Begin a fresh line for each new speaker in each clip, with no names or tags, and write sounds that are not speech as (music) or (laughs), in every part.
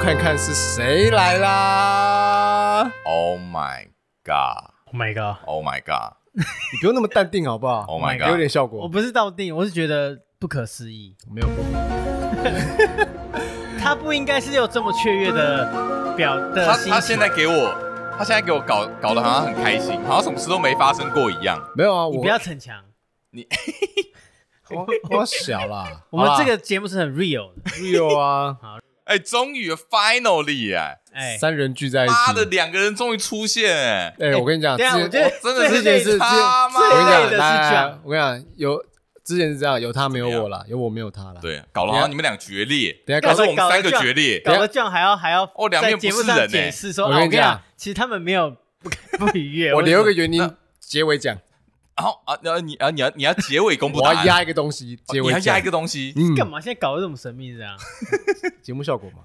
看看是谁来啦
Oh my god！Oh
Oh my god！
my god！
你不用那么淡定好不好嗯
Oh my god
有点效
我
果。
不是倒定，我是觉得不可思议，
没有，
他不应该是有这么雀跃的表的
他
心
啊
情
他现在给我，他现在给我搞搞得好像很开心，好像什么事都没发生过一样。
没有啊，
你
我
不要逞强，，
我我小啦
(laughs) 我们
好啦
这个节目是很 real
(laughs)
的，
real 啊，
哎、终于 finally 哎、
(laughs) 哎，
三人聚在一起。
妈的，两个人终于出
(laughs)
现哎、
哎，我跟你讲，
对啊，
之
我觉
前
得
真的
这
是
件事，
最
之前
他妈
我跟你讲，
最累的是
来来来
讲
我跟你讲，有之前是这样，有他没有我啦，有我没有他啦。，
对，搞得好像你们俩决裂，
等一下
搞
搞
得
得
我们三个决裂。
搞得这样还要还要
哦两
在
面不
节目
是
上
人
解
欸
释说，
我
啊
跟
我
你
跟你
讲
讲，其实他们没有不不 (laughs) 愉悦，
我
为什
留
么
个原因
那，
结尾讲，
然后啊，然后你啊你要你要结尾公布
我
答
要
案，
压一个东西，结
哦你
尾
要
讲
压一个东西，
嗯
干嘛现在搞得这么神秘这样？
节目效果嘛。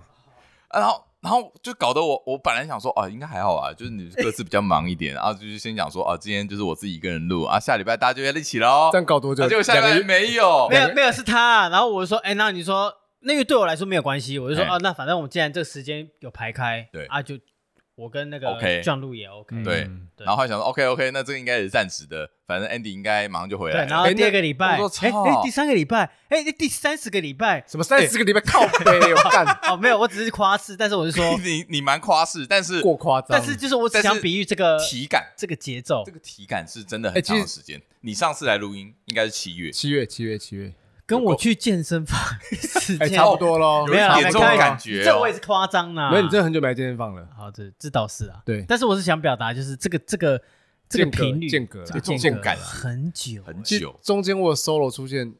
啊然后然后就搞得我我本来想说啊，应该还好啊，就是你各自比较忙一点，啊，就是先讲说啊，今天就是我自己一个人录啊，下礼拜大家就在一起喽
这。样搞多久？
啊，结果下礼
两个
拜
月
没有
没，
两
有
个
没有是他啊、然后我就说，哎、那你说那个对我来说没有关系，我就说，
哎
哦、那反正我们既然这个时间有排开，
对
啊，就我跟那个
OK
壮路也 OK，
对
嗯
对
然后还想说 OK OK，那这个应该也是暂时的，反正 Andy 应该马上就回
对
来，
然后
了。
第二个礼拜，哎
我说
哎、
操，
第三个礼拜，哎、第三十个礼拜，
什么三四个礼拜靠背，我干
哦，没有，我只是夸饰，但是我是说
(laughs) 你你蛮夸饰，但是
过夸张。
但是就是我只
但是
想比喻这个
体感
这个节奏
这，个体感是真的很
哎其
长
实
的时间。你上次来录音应该是七月，
七月，七月，七月，
跟我去健身房时
哎，
间、
差不多喽。
有
没有啦
一点这种
没开
感觉哦
这我也是夸张啦，
没有，你真的很久没来健身房了。
好，这这倒是啊，
对
但是我是想表达，就是这个这个这个
间隔
频率
间隔啦
这个
间
间
隔
隔
感
很久，欸
很
其实
久。
中间我有 solo 出现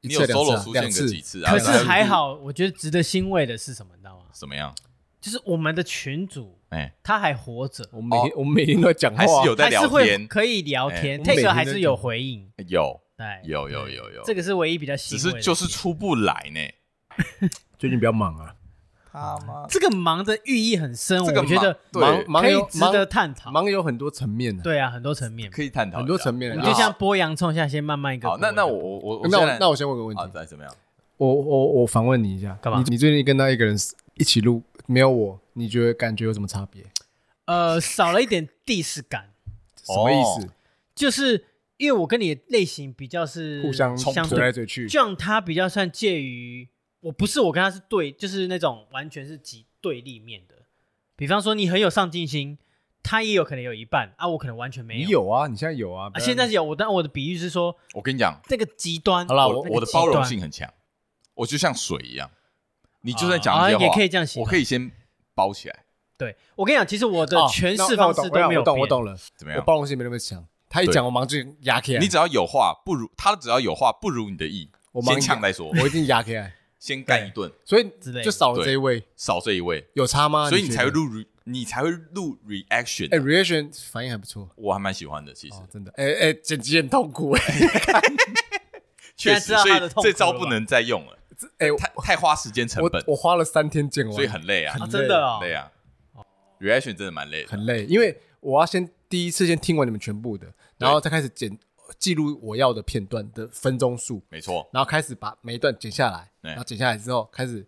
一
你
次
有、
两次啊、
solo 出现
两
个几次啊？
可是
但
还好，我觉得值得欣慰的是什么，你知道吗？
怎么样？
就是我们的群主
哎，
他还活着，
我们每天、我们每天都在讲话、
哦还
啊，
是有在
还
聊
是会
天，哎
可以聊天
我们每
，take
天
还
都
是
讲
有回应，
有
对，
有有有有，
这个是唯一比较欣
只
慰的
是就是出不来呢。
最近比较忙啊，
他妈，
这个忙的寓意很深，
这个
我觉得
忙对
忙忙
可以
有
值
忙
得探讨。
忙有很多层面的、
对啊，很多层面，
可以探讨一下
很多层面
我
啊。
们就像剥洋葱，现在先慢慢一个
好，
剥。
那那我我我我
那
现在
我那我先问个问题，
啊，再怎么样？
我我我反问你一下，
干嘛
你你最近跟他一个人一起录，没有我，你觉得感觉有什么差别？
呃少了一点 diss 感。
什么意思？
就是因为我跟你的类型比较是
互相
相
嘴来嘴
对，
去，
这样他比较算介于我不是我跟他是对，就是那种完全是极对立面的。比方说你很有上进心，他也有可能有一半啊，我可能完全没
你
有。
有啊，你现在有啊，不
啊，
要
现在是有我，但我的比喻是说
我跟你讲，
这个极端。
好啦
我
啊那
个
我的包容
极端
性很强，我就像水一样，你就算
啊
讲
啊
一些话，
也可以这样形
我
容
可以先包起来，
对我跟你讲，其实我的
哦
诠
那
释
那我
方
懂
式都没有
我懂，我
变。
懂了，
怎么
我
样？
包容性没那么强。他一
对
讲，我忙就压起来，
你只要有话不如他只要有话不如你的意，
我忙
先呛再说，
我一定压起
(laughs)
来，
先干一顿，
所以
之类的
就少了这一位，
少这一位，
有差吗？
所以你
觉
才会
得
录 re- 你才会录 reaction
哎
啊。
，reaction 反应还不错，
我还蛮喜欢的，其实
哦，真的，哎哎，剪辑很痛
(laughs)
苦哎，
确
现在
实，
知道
所以
他的痛苦
这
了
招不能再用了，
哎，我
太太花时间成
我
本，
我花了三天剪完，
所以很累啊，
啊，
很
真的
很
哦，
累啊。reaction 真的蛮累的，
很累，因为我要先第一次先听完你们全部的，然后再开始剪记录我要的片段的分钟数，
没错，
然后开始把每一段剪下来，
对
然后剪下来之后开始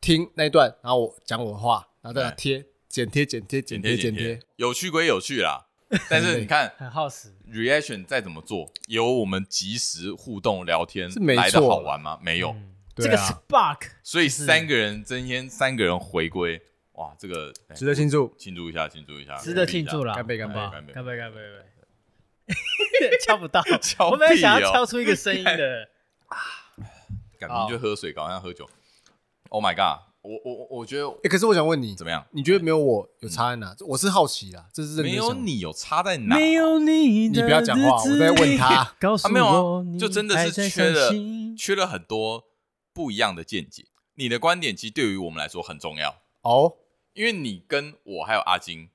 听那一段，然后我讲我的话，然后再
对
贴剪贴剪贴剪
剪贴
贴剪
剪
贴
贴，，有趣归有趣啦，但是你看
很耗时。
reaction 再怎么做，有我们及时互动聊天
是没错
来的好玩吗？没有，
这
对
个
啊，
spark
所以三个人今天三个人回归，哇，这个哎
值得庆祝，
庆祝一下，庆祝一下，
啊
值得庆祝了，
干杯干杯
好不好
哎干杯
干杯，干杯，干杯！ (laughs) 敲不
(laughs)
到，
敲
我没有想
屁哦
要敲出一个声音的。
感觉就喝水，搞像喝酒。Oh my god！我我我我觉得
哎，可是我想问你
怎，么样？
你觉得没有我有差在哪？我是好奇啦，这是认真
没有
想的，
你有差在哪？
没有你，，
你不要讲话，我在问。他
(laughs) 告诉
啊，没有
我
啊，，
你
就真的
还
是
在
缺了
伤心
缺了很多不一样的见解。你的观点其实对于我们来说很重要，
哦，
因为你跟我还有阿金，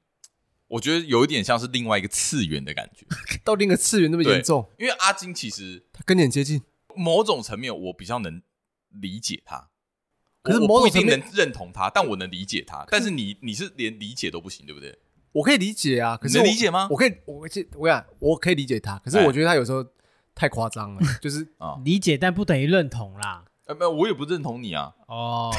我觉得有一点像是另外一个次元的感觉。
到另一个次元那么
对
严重，
因为阿金其实
他跟你很接近，
某种层面我比较能理解他，
可是
我我
某
不
种
一定
层面
能认同他，但我能理解他。但是你你是连理解都不行，对不对？
我可以理解啊，可是
你
我
能理解吗
我可以，我记，我想我可以理解他，可是
哎 (laughs)
我觉得他有时候太夸张了，就是
啊、
理解，但不等于认同啦。
呃，没有，我也不认同你啊。 (laughs)
哦，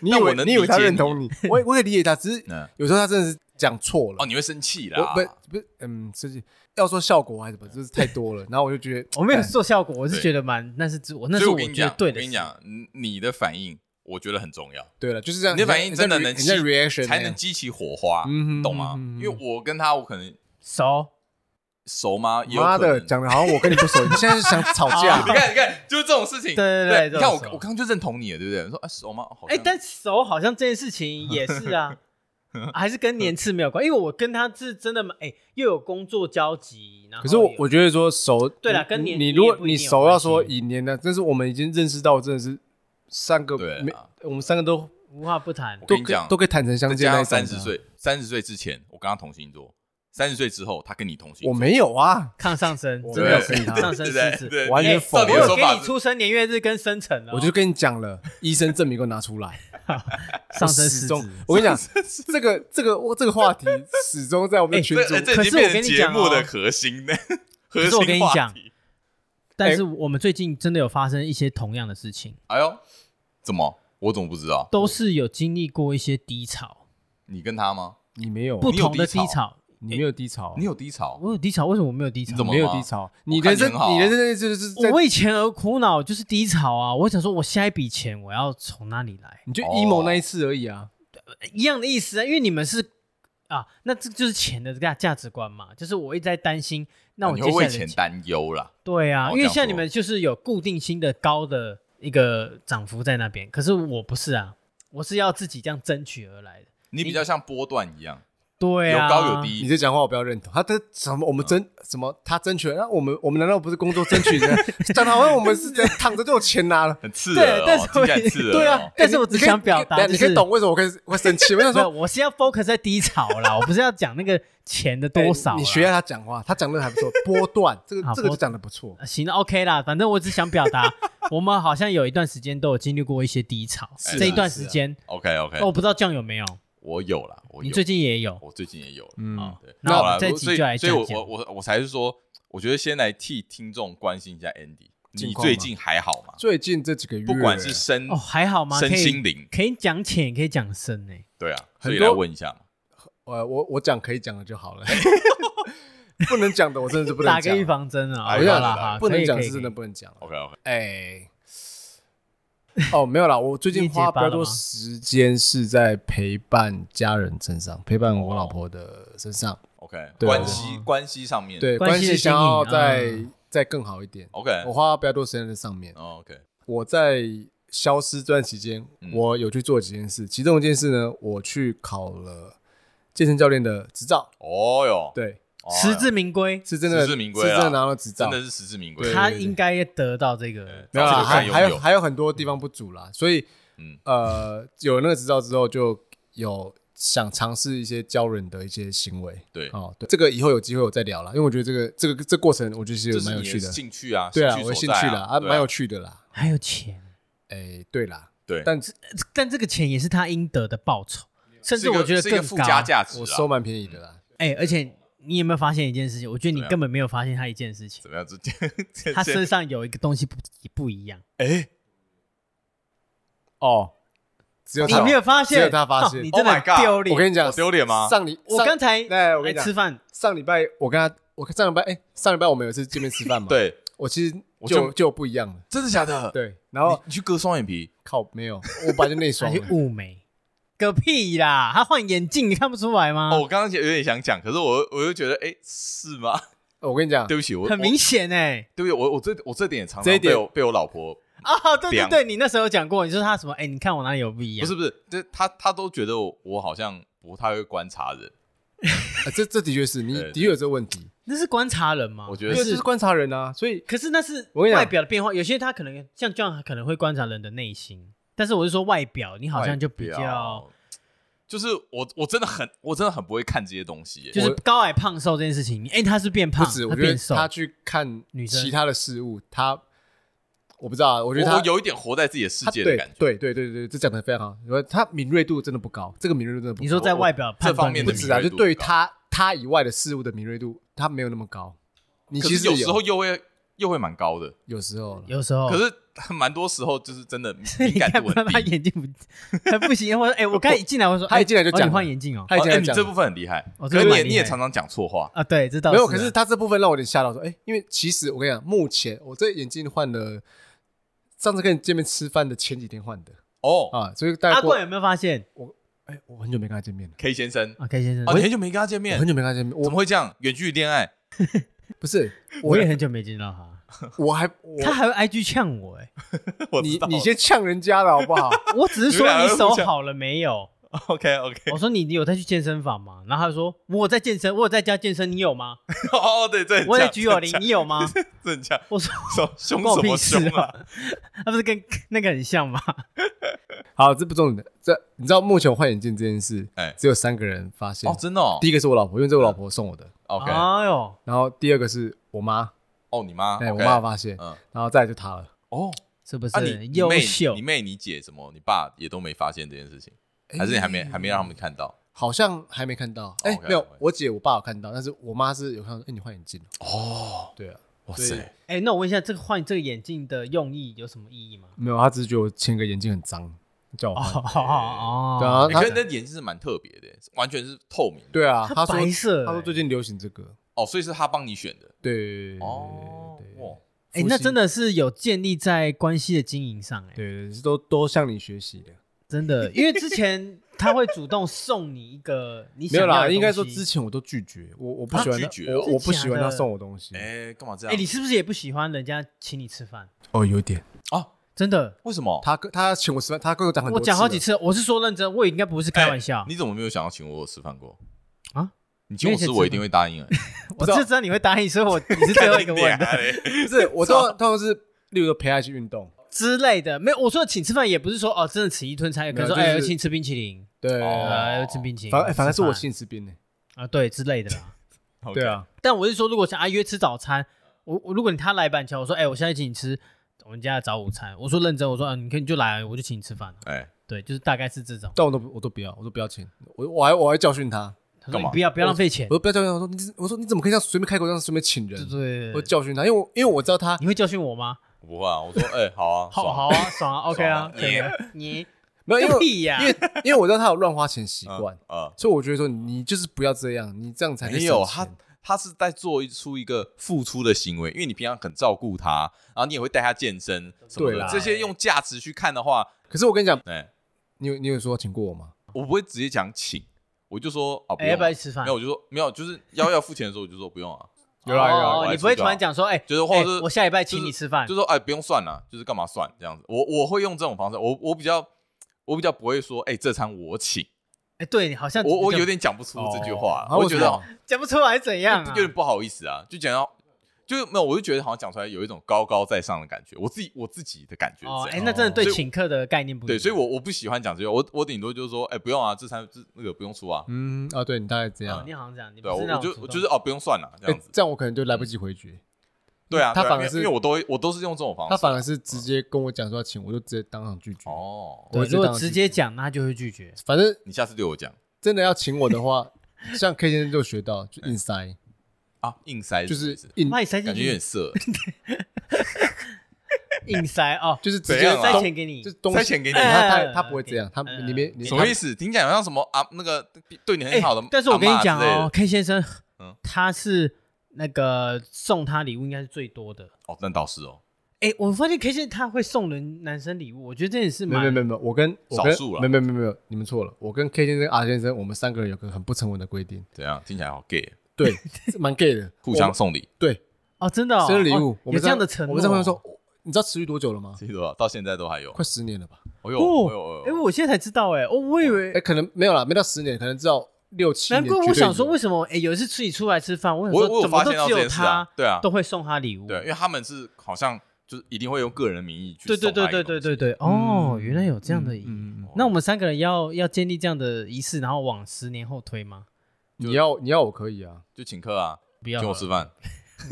你以为
我能
你以为他
理解
认同你，我也我也理解他，
(laughs)
只是
嗯，
有时候他真的是讲错了
哦，。你会生气啦
我。不不是，嗯，设计要说效果还是什么，就是太多了。然后我就觉得，
(laughs)
我没有做效果，我是觉得蛮，那是我那
所以
是
我跟你
觉
讲，
得
我
对
跟
的。
你，讲，你你的反应我觉得很重要。
对了，就是这样。
你的
像
反应
像
真的
re-
能
很像
激
reaction
才
那
能
样
激起火花，
嗯哼
懂吗
嗯哼嗯？哼
因为我跟他，我可能
熟，
熟吗？也有
妈
可
的，
能。
讲的好像我跟你不熟，你现在是想吵
(laughs)
架
啊
(laughs) 你？看，你看，就是这种事情。
对对对
你看我
这种熟
我刚刚就认同你了，对不对？你说啊，熟吗？哦好
哎、
像
但熟好像这件事情也
(laughs)
是啊，还是跟年次没有关，因为我跟他是真的蛮，哎、又有工作交集，然
(laughs)
后
可是我
有
我觉得说熟，
对啦
你
跟年
你
龄
如
也
果
不一
你
定有
熟
关
要说
系
以年的，但是我们已经认识到真的是三个
对啊
没，我们三个都
无话不谈
我，
都
跟你
可以
讲
都可以坦诚相
再
见
加
那
上
一种
三
的
十，岁，三十岁之前我跟他同星座，三十岁之后他跟你同星座，
我没有啊，
抗上升，
我
真
没有 (laughs)
的
生他
上
(laughs) 对
升狮
对
子。
对，
完全
哎
否
照
认
你
我
的
有
说
给
法
你
是，
出生年月日跟生辰了哦，
我就跟你讲了，医生证明给我拿出
(laughs)
来，
上升
始
狮
终
子。，
我跟你讲，这个这个我这个话题始终在我们的
哎
群
这
组
(laughs) 哎这
可
已
是
经
我
变
跟
成
你
节
讲
目
哦
的核心呢，核
是我跟
心
你
话
讲
题。
哎
但是我们最近真的有发生一些同样的事情，
哎呦，怎么？我怎么不知道？
都是有经历过一些低潮，
你跟他吗？
你没有，
不
哦你有
同的
低潮
潮。
你没有低
哦
潮，
你有低潮？
我有低潮，为什么我没有低潮？
你怎么
没有
了吗
低潮，你
看
人
你
生
很好
你
啊
人生就是在
我为钱而苦恼，就是低潮啊！我想说，我下一笔钱我要从哪里来？
你就
哦
emo 那一次而已啊，
一样的意思啊，因为你们是啊，那这就是钱的价价值观嘛，就是我一直在担心，那我
啊你会
接下来
为
的
钱
钱
担忧啦。
对啊，
哦
因为
这样
现在你
说
们就是有固定薪的高的一个涨幅在那边，可是我不是啊，我是要自己这样争取而来的。
你比较像波段一样，
对
有
啊，
高有
你
低。
这讲话我不要认同，他的什么我
嗯
们争什么他争取了，那我们我们难道不是工作争取的？ (laughs) 讲的好像我们是在躺着就有钱拿了。
很刺
对
耳
但
哦
是，
听起来
我
刺耳哦。
对啊，
(laughs) 但是
欸你
我只
你可以
想表达
啊
你可以
就是
你可以懂为什么我会会生气。我想
没有， (laughs)
说，
我是要 focus 在低潮啦，我不是要讲那个钱的多少啦、
欸你学下他讲话，他讲的还不错，波段这个
啊
这个
波
就讲的不错。
啊行了，OK 啦，反正我只想表达， (laughs) 我们好像有一段时间都有经历过一些低潮，
是啊
这一段时间，
OK OK，
哎
哦我不知道酱有没有，
我有啦，我
你
有
最近也有，
我最近也有了。
嗯
哦，
对，
那
好
我们
啦
这
我
集
所以
就来
所以我
讲
我我我才是说，我觉得先来替听众关心一下 Andy，
近
你
况吗
最近还好吗？
最近这几个月，
不管是身
哦，还好吗？
身
可以
心灵，
可以讲浅，也可以讲深欸呢、
对啊，
很
所以
多
来问一下嘛。
呃，我我讲可以讲的就
(laughs)
好了，不能讲的我真的是不能
打
讲
个预。防针啊！
哎
我
好
想
啦
好
好
啦
啦，
不
可
能
以
讲
可以
是真
可
的
以
不能讲。
OK OK，
哎，
(laughs)
哦，没有啦，我最
你
近
结巴
花比较
了
多
吗
时间是在陪伴家人身上，陪伴我老婆的身上。
OK，
对
关系关系上面
对，
哦
哦
关系
关
的
系想
经营
要再
嗯
再更好一点。
OK
我花比较多时间在上面。
哦 OK
我在消失这段期间，
嗯
我有去做几件事，其中一件事呢，我去考了健身教练的执照，
哦哟，
对，
哦哟
实至名归，啊
是真的，
实至名归啦
是真的拿到执照
真，的是实至名归
对。
他应该得到这个
没有啦，
早就该
还
拥
还有
有
还有很多地方不足啦，所以
嗯，
呃，有了那个执照之后，就有想尝试一些教人的一些行为，
对，
哦，对，这个以后有机会我再聊啦，因为我觉得这个这个这过程，我觉得是
这
有
是
蛮有
你
趣
的
的，
兴趣啊，
对啊，
兴
我的
趣
兴
所在
趣啦，啊，
对
蛮有趣的啦，
还有钱，
哎，对啦，
对，
但
但这个钱也是他应得的报酬，甚
是
至
一
我
个
觉得
是一个
更
附
高。
加价值啊。
我收蛮便宜的啦，
哎，而且你有没有发现一件事情？我觉得你
对啊
根本没有发现他一件
(laughs)
事情，
怎么 (laughs) 样？这这
他
这
身上有一个东西不不一样，
哎
哦，只有
你
他
没有发现？
只有他发现
哦你真的
Oh my
很
god，
丢脸。
我跟你讲
好，丢脸吗？
上礼
我
上
刚才
哎我跟
来
你讲
吃饭，
上礼拜我跟他，我上礼拜哎、上礼拜我们有一次见面吃饭嘛，，
(laughs) 对，
我其实
我
就
就
就不一样了，
真的假的？
对，然后
你你去哎割双眼皮，
靠没有，我本来就
(laughs)
内
他
双
去
了，
雾眉，个屁啦！他换眼镜，你看不出来吗？
嗯
哦，我刚刚有点想讲，可是我我又觉得，哎，是吗？ (laughs)
呃我跟你讲，
对不
(laughs)
起，我
很
我
明显哎。
对不起，我我这我这点也常
这一
常
点
被我被我老婆
哦，对对
两
对，你那时候有讲过，你说他什么？哎，你看我哪里有不一
不
样？
是不是，就是她她都觉得我我好像不太会观察人，
呃这这的确是你
对
的确有这个问题，
那是观察人吗？
我觉
因为
得
就
这
是
是观察人啊，所以
可是那是
我跟你讲
外表的变化，有些他可能像这样可能会观察人的内心，但是我是说外表，你好像就比
外
较
表。就是我，我真的很，我真的很不会看这些东西耶。
就是高矮胖瘦这件事情，你哎、他是变
不
啊
胖，
止，
他
我觉
变
得
瘦，
他去看
女生
其他的事物，他我不知道啊，我
我
觉得他
我有一点活在自己的世
他
界
对
的感觉。
对对对对，这讲的非常好，因为他敏锐度真的不高，这个敏锐度真的不高，
你说在外表判断
这方面
不
的
止
敏
啊，
锐
就
度
对于
不高
他他以外的事物的敏锐度，他没有那么高，你
可
其
是
实
有时候又会又会蛮高的，
有时候啦
有时候
可是蛮多时候就是真的敏
哦你
感
(laughs) 看
度
不然
很
他
低。
眼睛不， (laughs) 他不行，或者哎，我刚才一进来我
(laughs)
说，
他一进来就
哎哦
讲
你换
了
眼镜哦，
他以前
哦哎
在
你
讲
这部分很厉害，
哦
可
这个
是你
蛮
也
厉
你也
害
常常讲错话，
啊，对，这倒
没有，
是
可是
啊
他这部分让我有点吓到，说，哎、因为其实我跟你讲，目前我这眼镜换了，上次跟你见面吃饭的前几天换的
哦
啊，所以大
阿
概过，
冠
哎、
有没有发现
我很久没跟他见面了，
，K 先生，
啊？K 先生，
哦，你很久没跟他见
我
面
很，久没跟他见面，
怎么
我
会这样？远距离恋爱， (laughs)
不是，我
我也很久没见到他，
我还我
他还会 IG 呛我哎，
我知
你
道
你先呛人家了好不好？
我只是
你们
说
两个
你
互
手
呛
好了没有？
(laughs) ，OK OK，
我说你你有在去健身房吗？然后他就说我有在健身，我有在家健身，你
(laughs)
有吗？
(laughs) 哦对对，
我有在
举
举哑铃，你
(laughs)
有吗？
正强，
我说
手凶
啊关
什
我屁
么
事
凶啊？
啊！他不是跟那个很像吗？
(laughs) 好，这不重点，这你知道目前我换眼镜这件事，
哎
只有三个人发现，
哦，真的哦
第一个是我老婆，因为这是我老婆送我的，
，OK，
哎呦，
然后第二个是我妈，
哦，你妈，
哎、我
OK
妈有，发现，
嗯，
然后再来就她了，
哦，
是不
啊你
是
你
优
妹
秀
你？妹、你姐什么，你爸也都没发现这件事情，还是你还没还没让他们看到？
好像还没看到，哎、
哦 OK，
没有
OK，
我姐我爸有看到，但是我妈是有看到，哎、你换眼镜了，
哦，
对啊，
哇
所以
塞，
哎，那我问一下，这个换这个眼镜的用意有什么意
(laughs)
义吗？
没有，她只是觉得我前个眼镜很脏，叫我
哦
换，
哦
对啊，
你
她
看那眼镜是蛮特别的，完全是透明的，
(laughs) 对啊，她
它
说
白色
她说
欸
最近流行这个，
哦，所以是他帮你选的，
对，
哦，哇，
哎，那真的是有建立在关系的经营上，哎，
对，是都都向你学习的，
真的，因为之前他会主动送你一个你
没
想
有
要的
啦，
东西
应该说之前我都拒绝，我我不喜欢
啊
她
拒绝哦
我我不喜欢
真假
她
的
送我东西，
哎，干嘛这
哎，你
样？
是不是也不喜欢人家请你吃饭？
哦，有点。
啊，
真的，
为什么？
他跟他请我吃饭，他跟我讲很多，哎
我讲好几，次，我是说认真，我也应该不是开玩笑。
你怎么没有想要请我吃饭过
啊？
你请我吃，我一定会答应。哎
我就知道你会答应，所以我你是最后
(laughs)
一
(laughs)
个问
啊
的
啊
不是我
(laughs)
通常通常是，例如说陪他去运动，
之类的。没有，我说的请吃饭也不是说哦，真的此一吞餐，有可能说
没有就
哎，
是
请吃冰淇淋，
对，
哦
呃，吃冰淇淋，
反哎反正是我
吃
请吃冰呢，
饭啊，对之类的
(laughs)
啦。
对，啊，
但我是说，如果想啊约吃早餐，我我如果你他来板桥，我说哎，我现在请你吃我们家的早午餐，我说认真，我说嗯，你可以你就来，我就请你吃饭。
哎，
对，就是大概是这种。
但我都不我都不要，我都不要请，我我还我还教训他，
他说
干嘛
你不要不要浪费钱
我，说不要教训他，我说你我说你怎么可以这样随便开口这样随便请
对
人？
对。
我
对
教训他，因为我因为我知道他
你会教训我吗？
我不会啊，我说哎，好啊，
(laughs)
(laughs)
好
爽
好，啊，爽啊，OK 啊
爽啊，
可以啊。
(laughs)
你
没有，因
个
为
屁呀！
因为因为我知道他有乱花钱习惯，
啊，
所以我觉得说你就是不要这样，你这样才可以
没
省
有
钱
他。他是在做出一个付出的行为，因为你平常很照顾他，然后你也会带他健身什么
对
的
啦，
这些用价值去看的话，
可是我跟你讲，
哎，
你有你有说请过我吗？
我不会直接讲请，我就说啊，不
哎，要
用
不
啊
要去吃饭？
没有，我就说没有，就是要要付钱的时候，我就说不用啊，
有啦有啦
有
哦
啦
你不会突然讲说，哎，
就是或者
哎
是
我下礼拜请你吃饭
就，说哎，不用算了，就是干嘛算这样子。我我会用这种方式，我我比较我比较不会说，哎，这餐我请，
哎，对你好像
我我有点讲不出这句话，
哦
我觉
啊为
得
什么
讲不出来怎样啊
有？点不好意思啊，就讲到。就是没有，我就觉得好像讲出来有一种高高在上的感觉，我自己我自己的感觉
哦，
是这
哎，
样。
那真的对
所以我
请客的概念不一样
对，所以我我不喜欢讲这句话，我我顶多就是说，哎，不用啊，这餐这那个不用出啊，
嗯啊，对你大概这样，
你好像这样，你不
对啊，
是
我
那
我
种
就
主
我
动
就是哦，不用算了这
哎
样子。
这样我可能就来不及回绝。
对啊，
他
对啊
反
因
而
为
是
因为我都会我都是用这种方式
他
啊。
反而是直接跟我讲说要请，我就直接当场拒绝。
哦，
对，
我就
如果
当
直
拒
接讲，那他就会拒绝。
反正
你下次对我讲
真的要请我的话，像 K 先生就学到，就硬塞，
啊，硬塞
就
什么
是
意思
硬
那，你塞进
嗯感觉有点
去， (laughs)
色，
硬塞哦，
就是直
怎
接
样啊
塞
东
钱给你
就。是东西
塞钱给你
哎
他
哎
他
哎
他不会这样，他
哎
里面你
什么意思？听起来好像什么啊，那个对你
哎
很好的，
但是我跟你讲
阿嬷之类
哦
的，
，K 先生
嗯，
他是那个送他礼物应该是最多的。
哦，那倒是哦，
哎，我发现 K 先生他会送人男生礼物，我觉得这也是
没有
蛮
没有没有没有，我跟我
少数啦
啊
跟没有没有没有没有，你们错了，我跟 K 先生、R 先生，我们三个人有个很不成文的规定，
怎样？听起来好 gay，
(laughs)
对，是蛮 gay 的，
互
我
相
们
送礼，
对
哦，真的哦
生日礼物
哦，
我
有
们
这
三
样
个
的承诺。
我们三个人说，哦你知道持续多久了吗？
记得吧到现在都还有。
快十年了吧？
哦呦，
哦
哦呦，哎
哎，
呦，
我现在才知道，哎，哦，我以为
哎，可能没有啦，没到十年，可能知道六七年。
难怪我想说，为
为
什么哎、有一次自己出来吃饭，哎我想
我
说
我有
怎么
发
都
现到
只
这
有
件事
他
啊，对啊
都，会送他礼物。
对，因为他们是好像就是一定会用个人名义去
对对
送
对
他一
对
个
对
东
对
西
对，哦，原来有这样的仪。
嗯嗯，嗯嗯
那我们三个人要要建立这样的仪式，然后往十年后推吗？
你要你要我可以啊，
就请客啊，
不要，
请我吃，饭，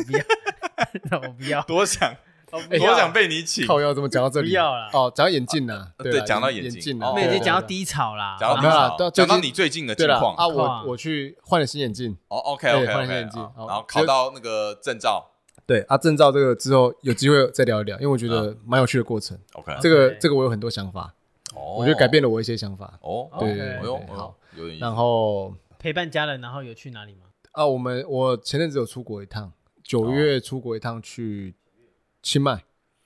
不要， (laughs) 那我不要，
多
(laughs)
想
我不
哎
多
要。
哦想被你请。
靠要怎么讲到这里？
不要啦
哦，讲到眼镜呐，
对
啦
讲到
眼
眼镜
镜
哦
啊，
没
对
有，
对
就
对
讲到低潮啦。
讲
啊
到
没
低
有啦
潮
对啊最
讲到
近
你最近的
对
情
了
况
啊，
哦
我我去换了新眼镜，
，OK OK
对换一
OK，
个眼镜好
然后考到那个证照，
对啊，证照这个之后有机会再聊一聊，因为我觉
啊
得蛮有趣的过程。
OK，
这个
OK
这个我有很多想法，
我
我觉得改变了我一些想法。
哦，
对
对
哎呦
对
哎呦
好，
有点意思
然后
陪伴家人，然后有去哪里吗？
啊，我们我前阵子有出国一趟，九月出国一趟去清迈。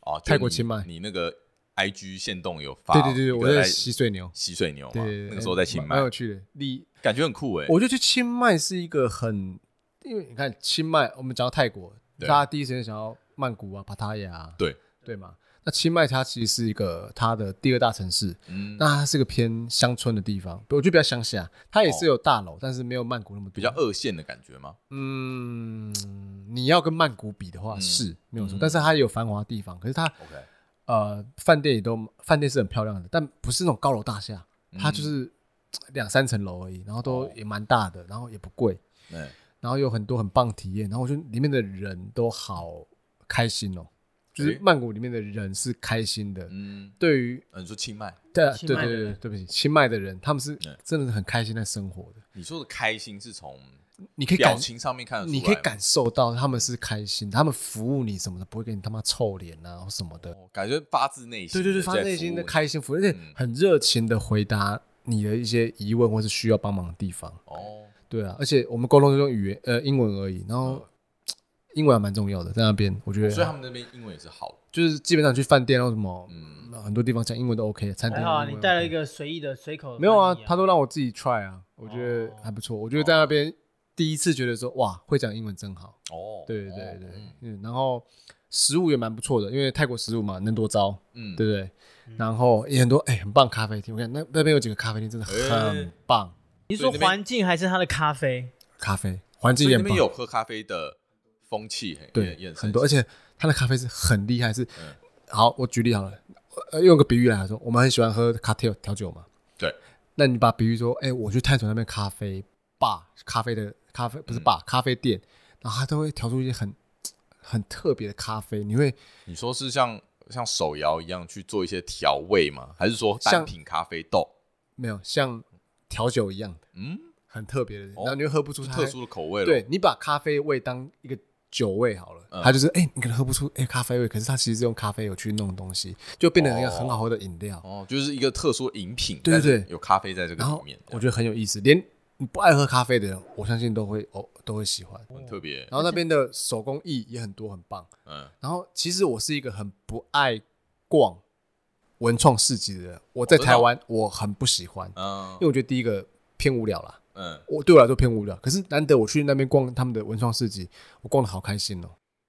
哦，就
泰国
你
清迈
你那个 IG 线动有发，
对对对对，我在
在
吸水牛。
洗水牛嘛
对对，对，
那个时候在清
蛮
迈
蛮，有趣的。你
感觉很酷哎。
我就去清迈是一个很，因为你看清迈，我们讲到泰国，大
对
家第一时间想要曼谷啊、帕塔亚啊，
对
对嘛。那清迈它其实是一个它的第二大城市，
嗯，
那它是个偏乡村的地方，我就比较乡下。它也是有大楼，但是没有曼谷那么多
比较二线的感觉吗？
嗯，你要跟曼谷比的话
嗯
是没有错
嗯，
但是它也有繁华的地方，可是它
OK，
呃饭店也都饭店是很漂亮的，但不是那种高楼大厦，它
嗯
就是两三层楼而已，然后都
哦
也蛮大的，然后也不贵，
哎，
然后有很多很棒的体验，然后我觉得里面的人都好开心哦，就是
诶
曼谷里面的人是开心的，
嗯，
对于
呃你说清迈，
对啊
清
对
迈
对
的
对对
人
对不起，清迈的人他们是
嗯
真的是很开心在生活的，
你说的开心是从
你可以
表
感
情上面看得出来
你
吗，
可以感受到他们是开心，他们服务你什么的，不会给你他妈臭脸啊或什么的。
哦感觉发自内心
对
的，
对对，发
在
自内心
服务
的
你
开心服务，而且
嗯
很热情的回答你的一些疑问或是需要帮忙的地方。
哦，
对啊，而且我们沟通就用语言呃英文而已，然后、英文还蛮重要的，在那边我觉
嗯哦所以他
得
们那边英文也是好的，
就是基本上去饭店或什么，
嗯，
很多地方讲英文都 OK，餐厅
还好啊，
英文
你带了
OK
一个随意的随口的翻译。
没有啊？他都让我自己 try 啊，我觉得
哦
还不错。我觉得在那边第一次觉得说哇，会讲英文真好。
哦，
对
哦
对对
嗯，
嗯，然后食物也蛮不错的，因为泰国食物嘛，能多招，
嗯，
对不对？然后也很多哎、很棒咖啡厅，我看那那边有几个咖啡厅真的
哎
很棒，
你是
所
说
以那边
环境还是他的咖啡？
咖啡环境
所以
也
那
很棒，
边有喝咖啡的风气，嘿也也
对，很多，而
神奇
且它的咖啡是很厉害，是
嗯
好，我举例好了，呃，用个比喻来说，我们很喜欢喝 cocktail 调酒嘛，
对，
那你把比喻说，哎、我去探索那边咖啡吧，咖啡的咖啡不是
嗯
吧、咖啡店，然后它都会调出一些很很特别的咖啡，你会。
你说是像像手摇一样去做一些调味吗？还是说单
像
品咖啡豆？
没有像调酒一样的
嗯，
很特别的，
哦
然后你又喝不出它
特殊。的口味了。
对，你把咖啡味当一个酒味好了，
嗯
它就是哎、你可能喝不出哎、咖啡味，可是它其实是用咖啡油去弄东西，就变得一个
哦
很好喝的饮料。
哦，就是一个特殊的饮品，
对对
但是
对
有咖啡在这个
然
里
后
面，
我觉得很有意思，连你不爱喝咖啡的人，我相信都会哦都会喜欢。
得很特别。
然后那边的手工艺也很多，很棒。
嗯，
然后其实我是一个很不爱逛文创市集的人，我在
真的
台
哦
湾我很不喜欢，
嗯
因为我觉得第一个偏无聊啦。
嗯，
我对我来说偏无聊，可是难得我去那边逛他们的文创市集，我逛的好开心哦。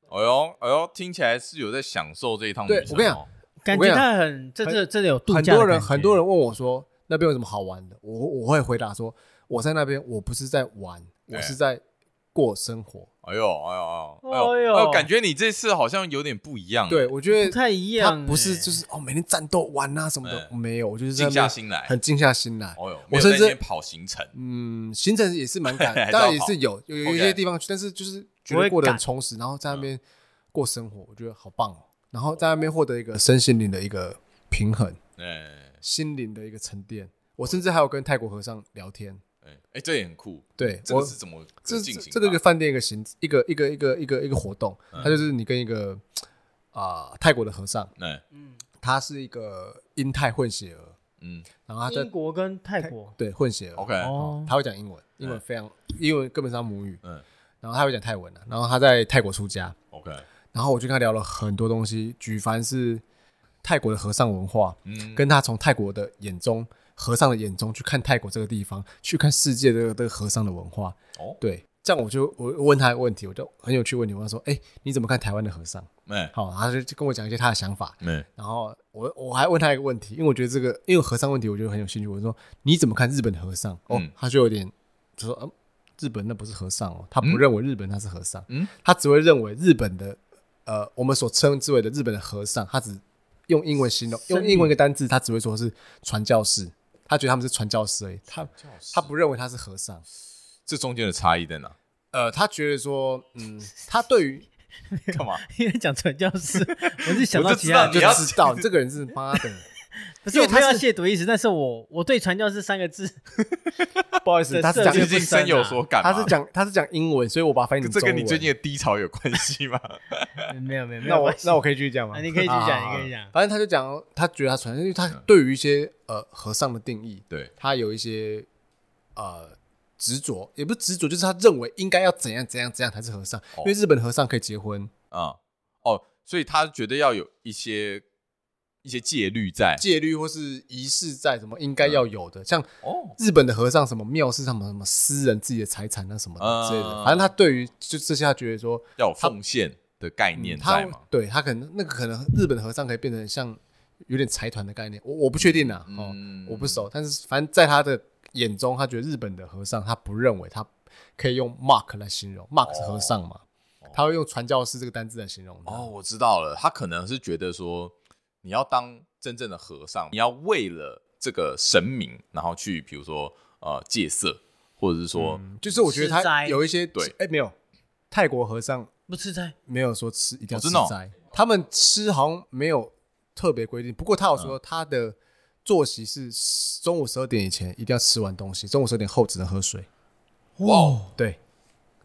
哎呦哎呦，听起来是有在享受这一趟旅
对
程哦。
我跟你讲
感
我跟
觉
你讲
他很这这这里有度
很
假的
多人
感觉
很多人问我说那边有什么好玩的，我我会回答说我在那边我不是在玩，
对
我是在过生活。
哎呦哎呦哎
哎
呦
呦
哎呦，感觉你这次好像有点不一样。欸
对，，我觉
不
得
太一
他
样欸，
不是就是哦每天战斗玩啊什么的
哎，
没有，我就是在
静
那
下
边
心来。
很静下心来。
哦呦，没
我
有
甚
在那边
至
跑行程。
嗯行程也是蛮赶
还是，要
当然也
跑
是有
(laughs)
有有一
哦 OK
些地方去，但是就是觉
不会
得过得很
赶
充实，然后在那边过生活，我觉得好棒哦。然后在那边获得一个身心灵的一个平衡。
哎
心灵的一个沉淀。我甚至还有跟泰国和尚聊天，
哎哎，这也很酷。
对
这
我
个是怎么
这
进
这
行？
这个一个，饭店一个行一个一个一个一个一个活动，它
嗯
就是你跟一个啊、泰国的和尚，
哎
嗯
他是一个英泰混血儿，
嗯
然后他
英
在
国跟泰 (laughs) 国
对混血儿
，OK，
哦，
他会讲英文，英文非常英文根本上母语，
嗯
然后他会讲泰文啊，然后他在泰国出家，
OK，
然后我就跟他聊了很多东西，举凡是泰国的和尚文化，
嗯，
跟他从泰国的眼中，和尚的眼中去看泰国这个地方，去看世界的这个和尚的文化。
哦
对，这样我就我我问他一个问题，我就很有趣问题，我问他说：“哎、你怎么看台湾的和尚
哎？”
好，他就就跟我讲一些他的想法。
哎
然后我我还问他一个问题，因为我觉得这个因为和尚问题，我觉得很有兴趣。我说：“你怎么看日本的和尚？”哦，
嗯
他就有点就说：“嗯，日本那不是和尚哦，他
嗯
不认为日本他是和尚，
嗯
他只会认为日本的呃我们所称之为的日本的和尚，他只用英文形容，
僧侣
用英文一个单字，他只会说是传教士，他觉得他们是传教士而已，
(laughs)
他他不认为他是和尚。
这中间的差异在
(laughs)
哪？
呃，他觉得说，嗯，他对于
干嘛？
(laughs)
因为讲传教士，我是想到
我就
其
知道
他
就
(laughs) 你要 (laughs)
知道这个人是妈的，
不
因
是
为
我
他
没
是
有要亵渎意思，但是我我对传教士三个字，
(laughs) 不好意思，
对
他是
是
讲
这
最
个
近深有所感嘛，
他是讲他是讲英文，所以我把它翻译成
这
中
跟
文。
你最近的低潮有关
(laughs)
系吗？
(laughs) 没有没有没
那
有
我
关系
那我可以继续讲吗？
啊你可以继续
好
讲
好
你可以
好
讲
反正他就讲，他觉得他传，因为他
嗯
对于一些呃和尚的定义，
对，
他有一些呃执着，也不是执着，就是他认为应该要怎样怎样怎样才是和尚。
哦
因为日本和尚可以结婚，
嗯，哦，所以他觉得要有一些一些戒律在
戒律或是仪式在什么应
嗯
该要有的，像
哦，
日本的和尚什么庙是什么什么私人自己的财产啊什么的之类的。
嗯
反正他对于就这些，他觉得说嗯
要有奉献的概念
他
在嘛。
对他可能那个可能日本的和尚可以变成像有点财团的概念，我我不确定啊，哦，
嗯
我不熟，但是反正在他的眼中，他觉得日本的和尚他不认为他可以用 mark 来形容，mark 是和尚嘛，他会用传教士这个单字来形容他。
哦，我知道了，他可能是觉得说，你要当真正的和尚，你要为了这个神明，然后去比如说呃戒色，或者是说、
嗯就是我觉得
吃
他
斋
有一些
对
哎没有，泰国和尚
不吃斋，
没有说吃一定要
哦
吃
真的哦
斋，他们吃好像没有特别规定。不过他有
嗯
说他的作息是中午十二点以前一定要吃完东西，中午十二点后只能喝水。
哇哦，
对，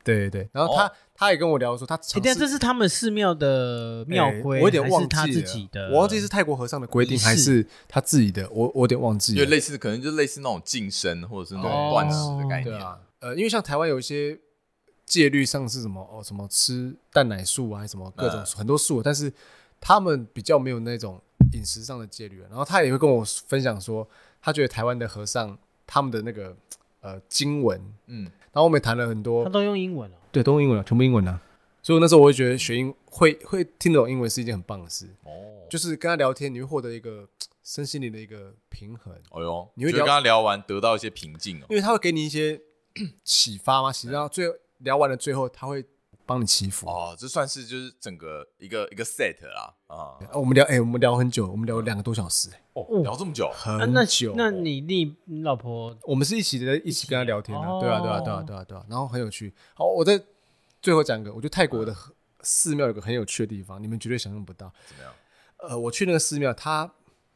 对对对。然后他、
哦
他也跟我聊说，他尝
哎，
试
但这是他们寺庙的庙
哎
规，
我有点
还
忘
是
记
他自
了
己的，
我忘记是泰国和尚的规定
仪式
还是他自己的，我我有点忘记
因为
了。
类似可能就类似那种净身或者是那种
对
断食的概
哦对
念，
啊，呃，因为像台湾有一些戒律上是什么哦，什么吃蛋奶素啊，还是什么各种、
嗯
很多素，但是他们比较没有那种饮食上的戒律。然后他也会跟我分享说，他觉得台湾的和尚他们的那个呃经文，
嗯，
然后我们也谈了很多
他，都用英文哦。
对，都用英文了，啊全部英文了。所以我那时候我会觉得学英会会听得懂英文是一件很棒的事，
哦，
就是跟他聊天，你会获得一个身心灵的一个平衡。
哎呦，
你会
就
聊
跟他聊完得到一些平静哦，
因为他会给你一些 (clears throat) 启发嘛，启发到最后聊完了最后，他会帮你祈福。
哦，这算是就是整个一个一个 set 啦，啊、
我们聊，哎、我们聊很久，我们聊了两个多小时、
哦，聊这么久，
哎
啊
很
那
久。
那你你你老婆
我们是一起的，一起跟他聊天的、
哦
对啊，对啊，对啊，对啊，对啊，然后很有趣。好，我在最后讲一个，我觉得泰国的寺庙有个很有趣的地方，你们绝对想象不到。
怎么样？
呃，我去那个寺庙，它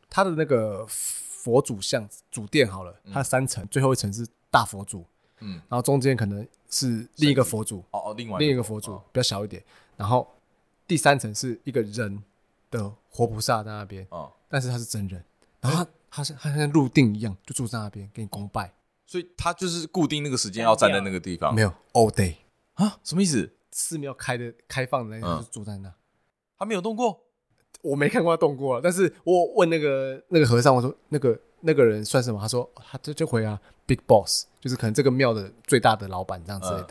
它的那个佛祖像主殿好了，它三层，最后一层是大佛祖，
嗯，
然后中间可能是另一个佛祖，
哦哦，另外
另一个佛祖
哦
比较小一点，然后第三层是一个人的活菩萨在那边，
哦，
但是他是真人，然后他他像他像入定一样，就住在那边给你供拜，
所以他就是固定那个时间要站在那个地方，
没有 all day，
啊？什么意思？
寺庙开的开放的那
嗯
个就是住在那，
他没有动过？
我没看过他动过了，但是我问那个那个和尚，我说那个那个人算什么？他说哦他就就回啊，big boss，就是可能这个庙的最大的老板这样之类的。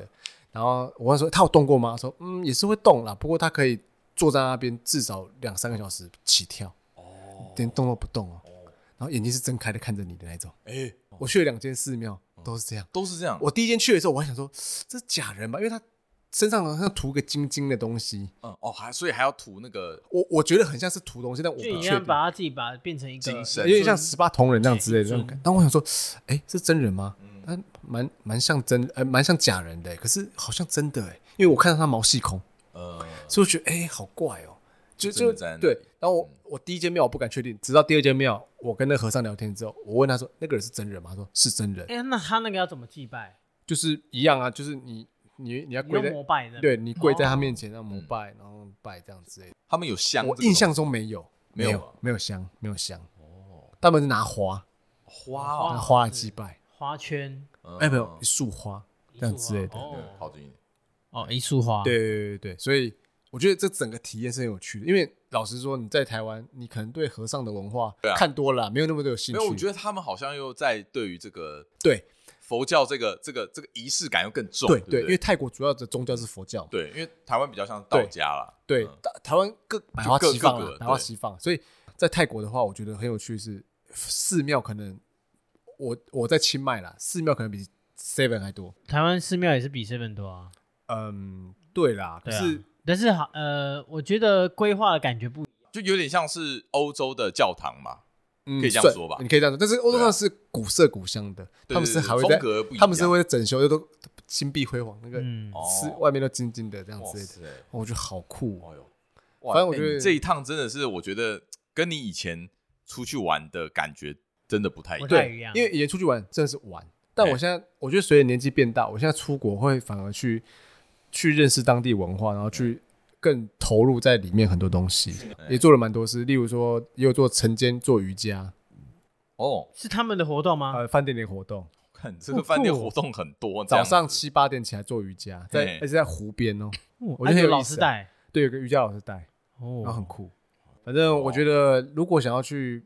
然后我问说他有动过吗？他说嗯，也是会动啦，不过他可以坐在那边至少两三个小时起跳，
哦，
连动都不动哦。然后眼睛是睁开的看着你的那种。
哎、
我去了两间寺庙都是这样。
都是这样。
我第一间去的时候，我还想说 (sniffs) 这是假人吧，因为他身上好像涂个晶晶的东西，
嗯，哦，还所以还要涂那个
我我觉得很像是涂东西，但我不
就
确
一
定
样。把他自己把它变成一个
精神
有点像十八铜人那样之类的那种感
嗯
觉。但我想说，哎、是真人吗？
嗯
他蛮蛮像真，呃，蛮像假人的、可是好像真的哎、因为我看到他毛细孔，
呃，
所以我觉得哎、好怪哦、就
真
就
的在那里嗯
对。然后我我第一间庙我不敢确定，直到第二间庙，我跟那和尚聊天之后，我问他说那个人是真人吗？他说是真人，
哎、那他那个要怎么祭拜？
就是一样啊，就是你你你要
你
跪
用
在
膜，拜的，
对你跪在他面前让膜拜，然后拜这样之类的。
他们有哦嗯香这个
我
东西，
印象中没有，
没
没
有啊
有没有香，没有香。他们是拿花，
花
拿
哦，
花来祭拜。
花圈
嗯
哎，没有一束花
一
这样之
束
类
花
的。
对，
哦
靠近一点。
哦，一束
啊
花，
对，对对对，所以我觉得这整个体验是很有趣的。因为老实说，你在台湾，你可能对和尚的文化
对啊
看多了，没有那么多有兴
没
趣。
有，我觉
得
得他们好像又在对于这个
对
佛教这个这个这个仪式感又更重，
对
不
对，
对，
因为泰国主要的宗教是佛教嘛，
对，因为台湾比较像道家啦，
对
嗯，
大台湾各百花
各
齐放
各
啊
个，
百花
对
齐放。所以在泰国的话，我觉得很有趣是寺庙可能我我在清迈啦，寺庙可能比 Seven 还多。
台湾寺庙也是比 seven 多啊，
嗯，对啦，可
对啊
是。
但是好，呃，我觉得规划的感觉不一样，
就有点像是欧洲的教堂嘛，
嗯
可以这样
算
说吧
你可以这样说，但是欧洲
对啊
上是古色古香的，
对
他们
对
是
对
还会
风
在
格不一，样
他们是会整修，就都金碧辉煌，那个
嗯，
哦
是外面都金金的这样
哇
之类的，
塞，
哦我觉得好酷哦。
哦哟，哇
反正我
哎
觉得
你这一趟真的是，我觉得跟你以前出去玩的感觉真的不太一
不
样。
太
对
一样，
因为以前出去玩真的是玩，但我
哎
现在我觉得随着年纪变大，我现在出国会反而去去认识当地文化，然后去更投入在里面很多东西，
哎
也做了蛮多事，例如说也有做晨间做瑜伽，
哦，
是他们的活动吗？
呃，饭店里的活动，
看这个饭店
好酷哦
活动很多，这
早
样
上七八点起来做瑜伽，在
嘿
而且在湖边哦，
哦
我觉得很有
啊有老
意思
师带
对，有个瑜伽老师带，然后
哦，
很酷。反正我觉得，如果想要去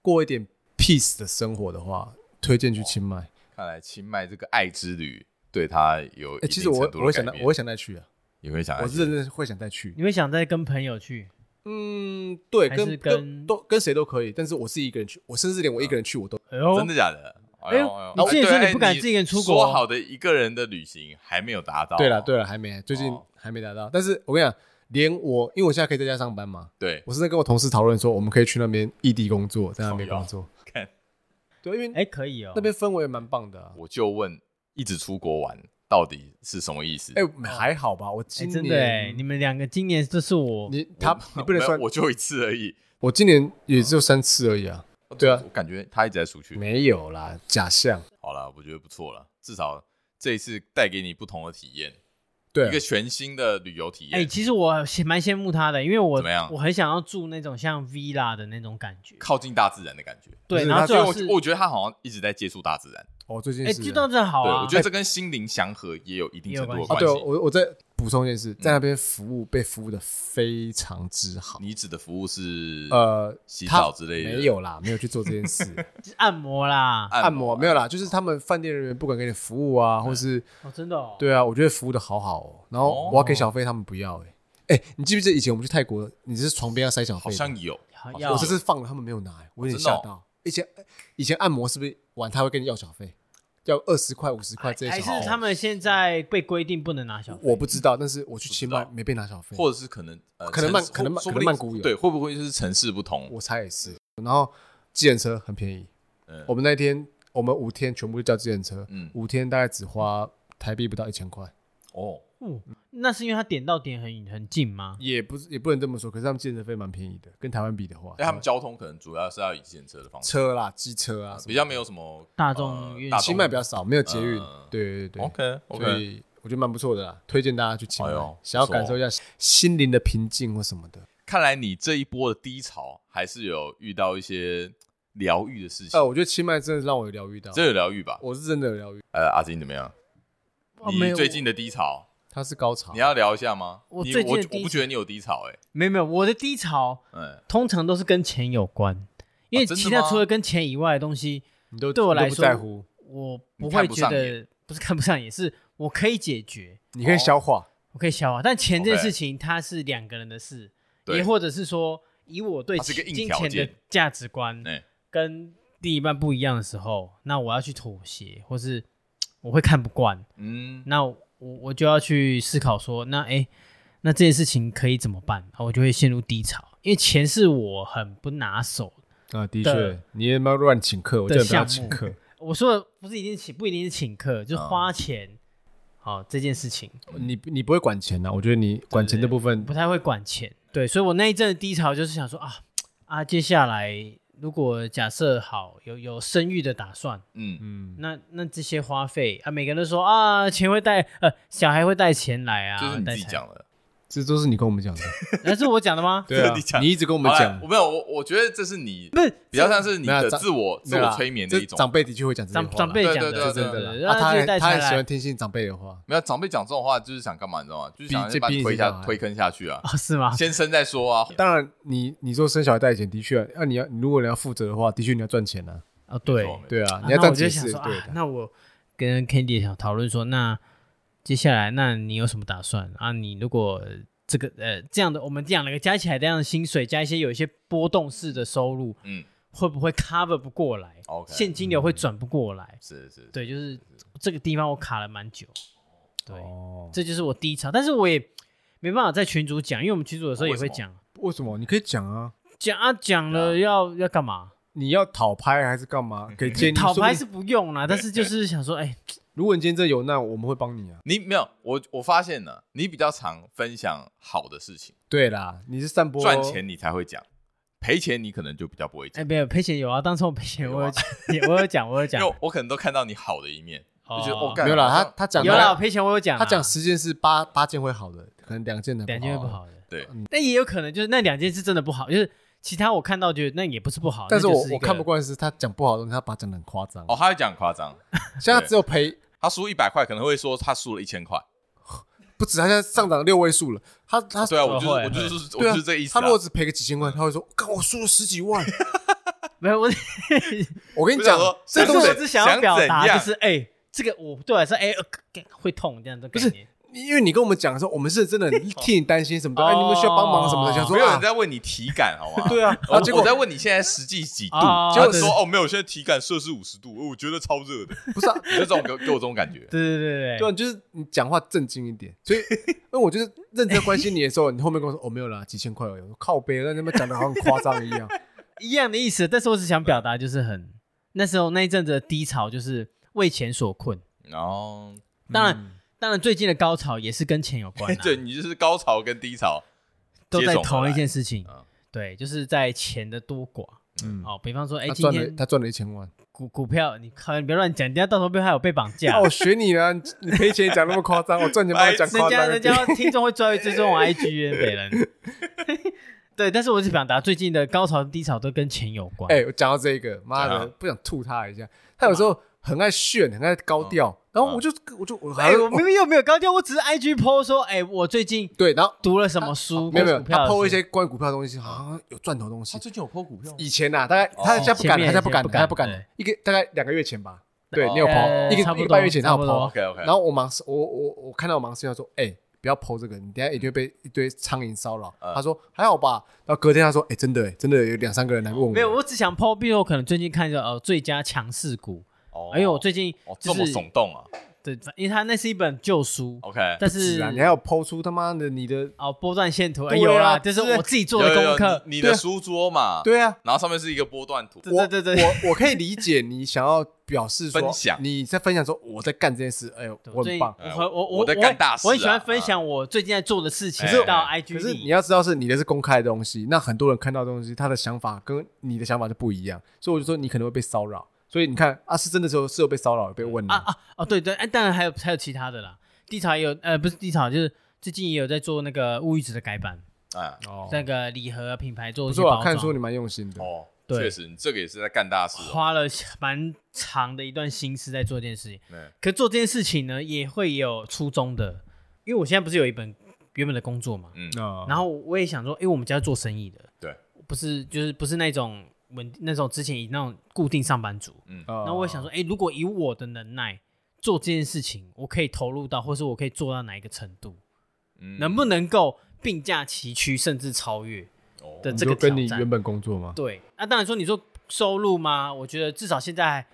过一点 peace 的生活的话，推荐去清迈。
看来清迈这个爱之旅对他有
哎、
一
其
定
实我
程度
我
的
会想
改
再
变
我会想再去啊，
也会想
我
爱
是
之旅，
认真会想再去。
你会想再跟朋友去？
嗯，对，
还
跟
是跟
都跟谁都可以，但是我自己一个人去，我甚至连我一个人去我都
哎呦，
真的假的？哎呦哎呦
你之前
对
说你
哎
不敢自己一个人出国
说好的一个人的旅行还没有达到。啊
对了，对了，还没，最近
哦
还没达到。但是我跟你讲，连我，因为我现在可以在家上班嘛，
对，
我是在跟我同事讨论说，我们可以去那边异地工作，在那边
靠腰
工作。
看
哦对，因为
哎，可以哦，
那边氛围蛮棒的啊、
我就问，一直出国玩到底是什么意思？
哎、还好吧，我今
哎
年、
真的哎，你们两个今年这是我
你他你不能
没有
算
我就一次而已。
我今年也只有三次而已啊。对啊
我，感觉他一直在出去。
没有啦，假象。
好了，我觉得不错了，至少这一次带给你不同的体验，
对啊
一个全新的旅游体
哎、
验。
其实我羡蛮羡慕他的，因为我
怎么样
我很想要住那种像 villa 的那种感觉。
靠近大自然的感觉，
对，
是
然后
他
所
最
以
好
我
是
我觉得他好像一直在接触大自然，
哦，最近
哎，
是
这段真的好
对
啊。
我觉得这跟心灵祥和也有一定程度的
也有
啊，
关
对哦，
系。
我我再补充一件事，在那边服务被服务的非常之好。
你指的服务是
呃，
洗
他
澡之类的
没有啦，没有去做这件
(laughs)
事。
是按摩啦，
按啊嗯
按摩没有啦，就是他们饭店人员不管给你服务啊，或是
哦，真的哦。，
对啊，我觉得服务的好好哦。然后
哦
我要给小费，他们不要哎。哎，你记不记得以前我们去泰国，你是床边要塞小费
好
的？
像有，
好
好像
要哦
有
我这次放了，他们没有拿，欸我有点
真的
吓
哦
到。以前以前按摩是不是晚他会跟你要小费，要二十块、五十块这些
还
小
是
费
他？们现在被规定不能拿小费
我不知道，但是我去清迈
不知道
没被拿小费，
或者是可能呃，
可能曼
城市
可能曼
说
可
不
能
定
曼谷有
对，会不会就是城市不同？
我猜也是。然后计程车很便宜，
嗯
我们那天我们五天全部就叫计程车，
嗯
五天大概只花台币不到一千块，
哦，
哦，那是因为他点到点很很近吗？
也不是也不能这么说，可是他们计程费蛮便宜的，跟台湾比的话，
但他们交通可能主要是要以自行车的方
嗯
式，
车啦、机车啊什么的，
比较没有什么
大众运
呃
输
大众
清迈比较少，没有捷运
嗯，
对对对
OK
所
OK。
以我觉得蛮不错的啦，推荐大家去清迈
哎呦，哦
想要感受一下心灵的平静或什么的。
看来你这一波的低潮还是有遇到一些疗愈的事情
呃，，我觉得清迈真的让我有疗愈到，
这有疗愈吧？
我是真的有疗愈，
呃，阿金怎么样？
哦没
你
有
最近的低潮，
它是高潮
你。要聊一下吗？
我
你
最近
我
的低
我不觉得你有低潮，哎，
没有没有，我的低潮
嗯，
通常都是跟钱有关，因为
哦真的
其他
吗
除了跟钱以外的东西，
你都
对我来
你都不
说
在
哦
乎，
我
你
不
看
会
不
觉
上
得不是看不上眼，是我可以解决。
你可以消化。
我可以消化，但钱这件
OK
事情它是两个人的事，
对
也或者是说，以我对
它是一个硬
金
条
钱的
件
价值观
哎
跟另一半不一样的时候，那我要去妥协，或是我会看不惯，
嗯，
那我我就要去思考说，那诶，那这件事情可以怎么办？啊，我就会陷入低潮，因为钱是我很不拿手。
啊，的
的
确，你也不要乱请客，我
的
叫你不要
项
请
目
客。
我说的不是一定请，不一定是请客，就是
嗯
花钱，好、这件事情。
你你不会管钱呐、啊我觉得你管钱的部分
不太会管钱，对，所以我那一阵的低潮就是想说啊啊，接下来如果假设好有有生育的打算，
嗯，
那那这些花费啊，每个人都说啊，钱会带呃，小孩会带钱来啊，
就是你自己
带
讲的。
这都是你跟我们讲的，
财，那是我讲的吗？
对啊
(laughs) 你讲，
你一直跟我
我
们讲
我，没有，我我觉得这是你
不是
比较像是你
没有
的
长
自我自
没有
我
啦
催眠的
这
一种。
长辈的确会讲这些
长
话啦
长辈
对
讲
对
的，
是真的
对
啦，
让
啊，他
自己
很
带
他
财
很喜
来
欢，听信长辈的话，
没有长辈讲这种话，就是想干嘛，你知道吗？就是想
逼
把
逼
你
你生
推下
小孩
推坑下去啊。
哦，是吗？
先生在
(laughs)
说啊，
当然你，你说生小孩带钱，的确，那、你要你如果你要负责的话，的确你要赚钱啊，
哦，对，
没错
对啊
啊，
你要这
那我
样
就
解
想
释
说
对
啊，
的。
那我跟 Candy 也想讨论说，那接下来，那你有什么打算啊？你如果呃这个呃这样的，我们这样两个加起来这样的薪水，加一些有一些波动式的收入，
嗯，
会不会 cover 不过来
哦
OK
现金流会转不过来？
是是，
对，就是这个地方我卡了蛮久，对，
哦，
这就是我低潮，但是我也没办法在群主讲，因为我们群主有时候也
为什
会
么
讲，
哦为什么？你可以讲啊，
讲啊讲了要要干嘛？
你要讨拍还是干嘛？给建议。
(laughs) 讨
说不
牌
定
是不用啦，但是就是想说，哎，
如果你今天真的有难，我们会帮你啊。
你没有我，我发现呢，你比较常分享好的事情，
对啦，你是散播
赚钱，你才会讲，赔钱你可能就比较不会
哎，
讲，
没有赔钱有啊，当初我赔钱
有
我
啊
有讲，也我有讲，我有
因 (laughs)
讲，
为我可能都看到你好的一面，就觉得
哦
我干
没有啦，
好
他
像
他讲
有啦，我
了，
赔钱我有讲啊，
他讲十件事八八件会好的，可能两件的
两件会不。好的，
哦对，
嗯
但也有可能就是那两件是真的不好，就是其他我看到觉得那也不是不好，
但是
那就
我
是一
我
个
看不惯的是他讲不好的东西，他把它讲的很夸张。
哦，他会讲很夸张，
现在他只有赔
他输一百块可能会说他输了一千块，
不止，他现在上涨六位数了。他他
对啊，我就是
会
我就是我
对啊
就是这意思
他
啊，
如果只赔个几千块，他会
(laughs)
说：“干，我输了十几万。”
没有我，
我跟你
我
讲
想说，
这
但是
东西
我只想要表达
想
就
怎
是哎，这个我对我来说哎呃干会痛这样的不
是因为你跟我们讲的时候，我们是真的
(laughs)
很替你担心什么的，
哦
哎，你们需要帮忙什么的，想说
哦没有人
啊，
在问你体感好吗？
(laughs) 对啊，
我
然后结
我
果
在问你现在实际几度，
啊
结果
对
说哦没有，现在体感摄氏五十度，我觉得超热的，
不是啊，
(laughs) 你就这种给我给我这种感觉。
对对对对
对啊，就是你讲话正经一点。
(laughs)
所以，因为我就是认真关心你的时候，你后面跟我说：“哦，没有啦，几千块而已。”我说靠背，那他们讲的好像很夸张一样。
一样的意思，但是我只想表达就是很那时候那一阵子的低潮就是为钱所困，
然后，
当然、
嗯
当然最近的高潮也是跟钱有
(laughs)
关、啊
哎，对你就是高潮跟低潮，
都
接
在
踵而
同一
来
件事情
嗯，
对，就是在钱的多寡。
嗯，
哦，比方 (laughs) 说，哎，
他
今
赚了，
天
他赚了一千万。
股股票，你靠，你别乱讲，人家到时候被害有被绑架
(laughs) 啊，。我学你啊，你你赔钱讲那么夸张，我赚钱帮你讲
人
夸
家
张一
人
点。
家听众会追追踪我
(laughs)
IG 的北人。对，但是我只表达最近的高潮低潮都跟钱有关。
哎，我讲到这个，妈
怎
的
样，
不想吐他一下。他有时候很爱炫，很爱高调，然后我就我就我还
哎，
会
我明明又没有高调，我只是 IG po 说，哎，我最近
对，然后
读了什么书，
啊没有没有，
关于股票
他
的
抛一
书
些关于股票的东西，好像啊有赚头的东西。
最近有抛股票
以前呐，大概他现在不
哦前
敢了，
面
他现在不敢
以
了，
前
他现在不敢了
对。
一个大概两个月前吧，对
哦
你有抛
呃
一
差
个
不
一
多
个半月前他有
差不多
抛，
？OK OK，
然后我忙，我我我看到我忙事要说，哎，不要抛这个，你等一下一定会被一堆苍蝇骚扰。
嗯
他说还好吧，然后隔天他说，哎，真的哎，真的有两三个人来问我，
没有，我只想 PO，比如我可能最近看一下呃最佳强势股，
哦
因为我最近
哦
就
这么哦
是
耸动啊
对，因为它那是一本旧书，
，OK，
不
但
止
是
啊，你还有抛出他妈的你的，
哦波段线图哎
对啊
有啦，就是
是
我自己做
有
的
有
功
有
课，
你你
对
的
啊
书桌嘛，，
对啊，
然后上面是一个波段图，
对对对对，
我我可以理解你想要表示说
分享
你在分享说我在干这件事，哎呦，我
最
很
近
棒。
哎
我我
我在干大事啊
我很喜欢分享我最近在做的事情
可是
到
哎
IG
可是你
里。
要知道，是你的是公开的东西，那很多人看到的东西，他的想法跟你的想法就不一样，所以我就说你可能会被骚扰。所以你看啊，是真的时候是有被骚扰，有被问的
啊啊哦对对，哎，当然还有还有其他的啦，地潮也有呃不是地潮，就是最近也有在做那个物语值的改版，
哎，
哦
那个礼盒品牌做
不
一些
错
包
啊，
装，
看出你蛮用心的。
哦，
对
确实，你这个也是在干大事哦，
花了蛮长的一段心思在做这件事情。
对
可做这件事情呢，也会有初衷的，因为我现在不是有一本原本的工作嘛，
啊
然后我也想说，因为我们家做生意的，
对，
不是就是不是那种稳那种之前以那种固定上班族，
然
然后我也想，说，哎、如果以我的能耐做这件事情，我可以投入到，或是我可以做到哪一个程度，
嗯
能不能够并驾齐驱，甚至超越
哦
的
你
这
就
个
跟你
挑战
原本工作吗？
对，那、当然说你说收入吗？我觉得至少现在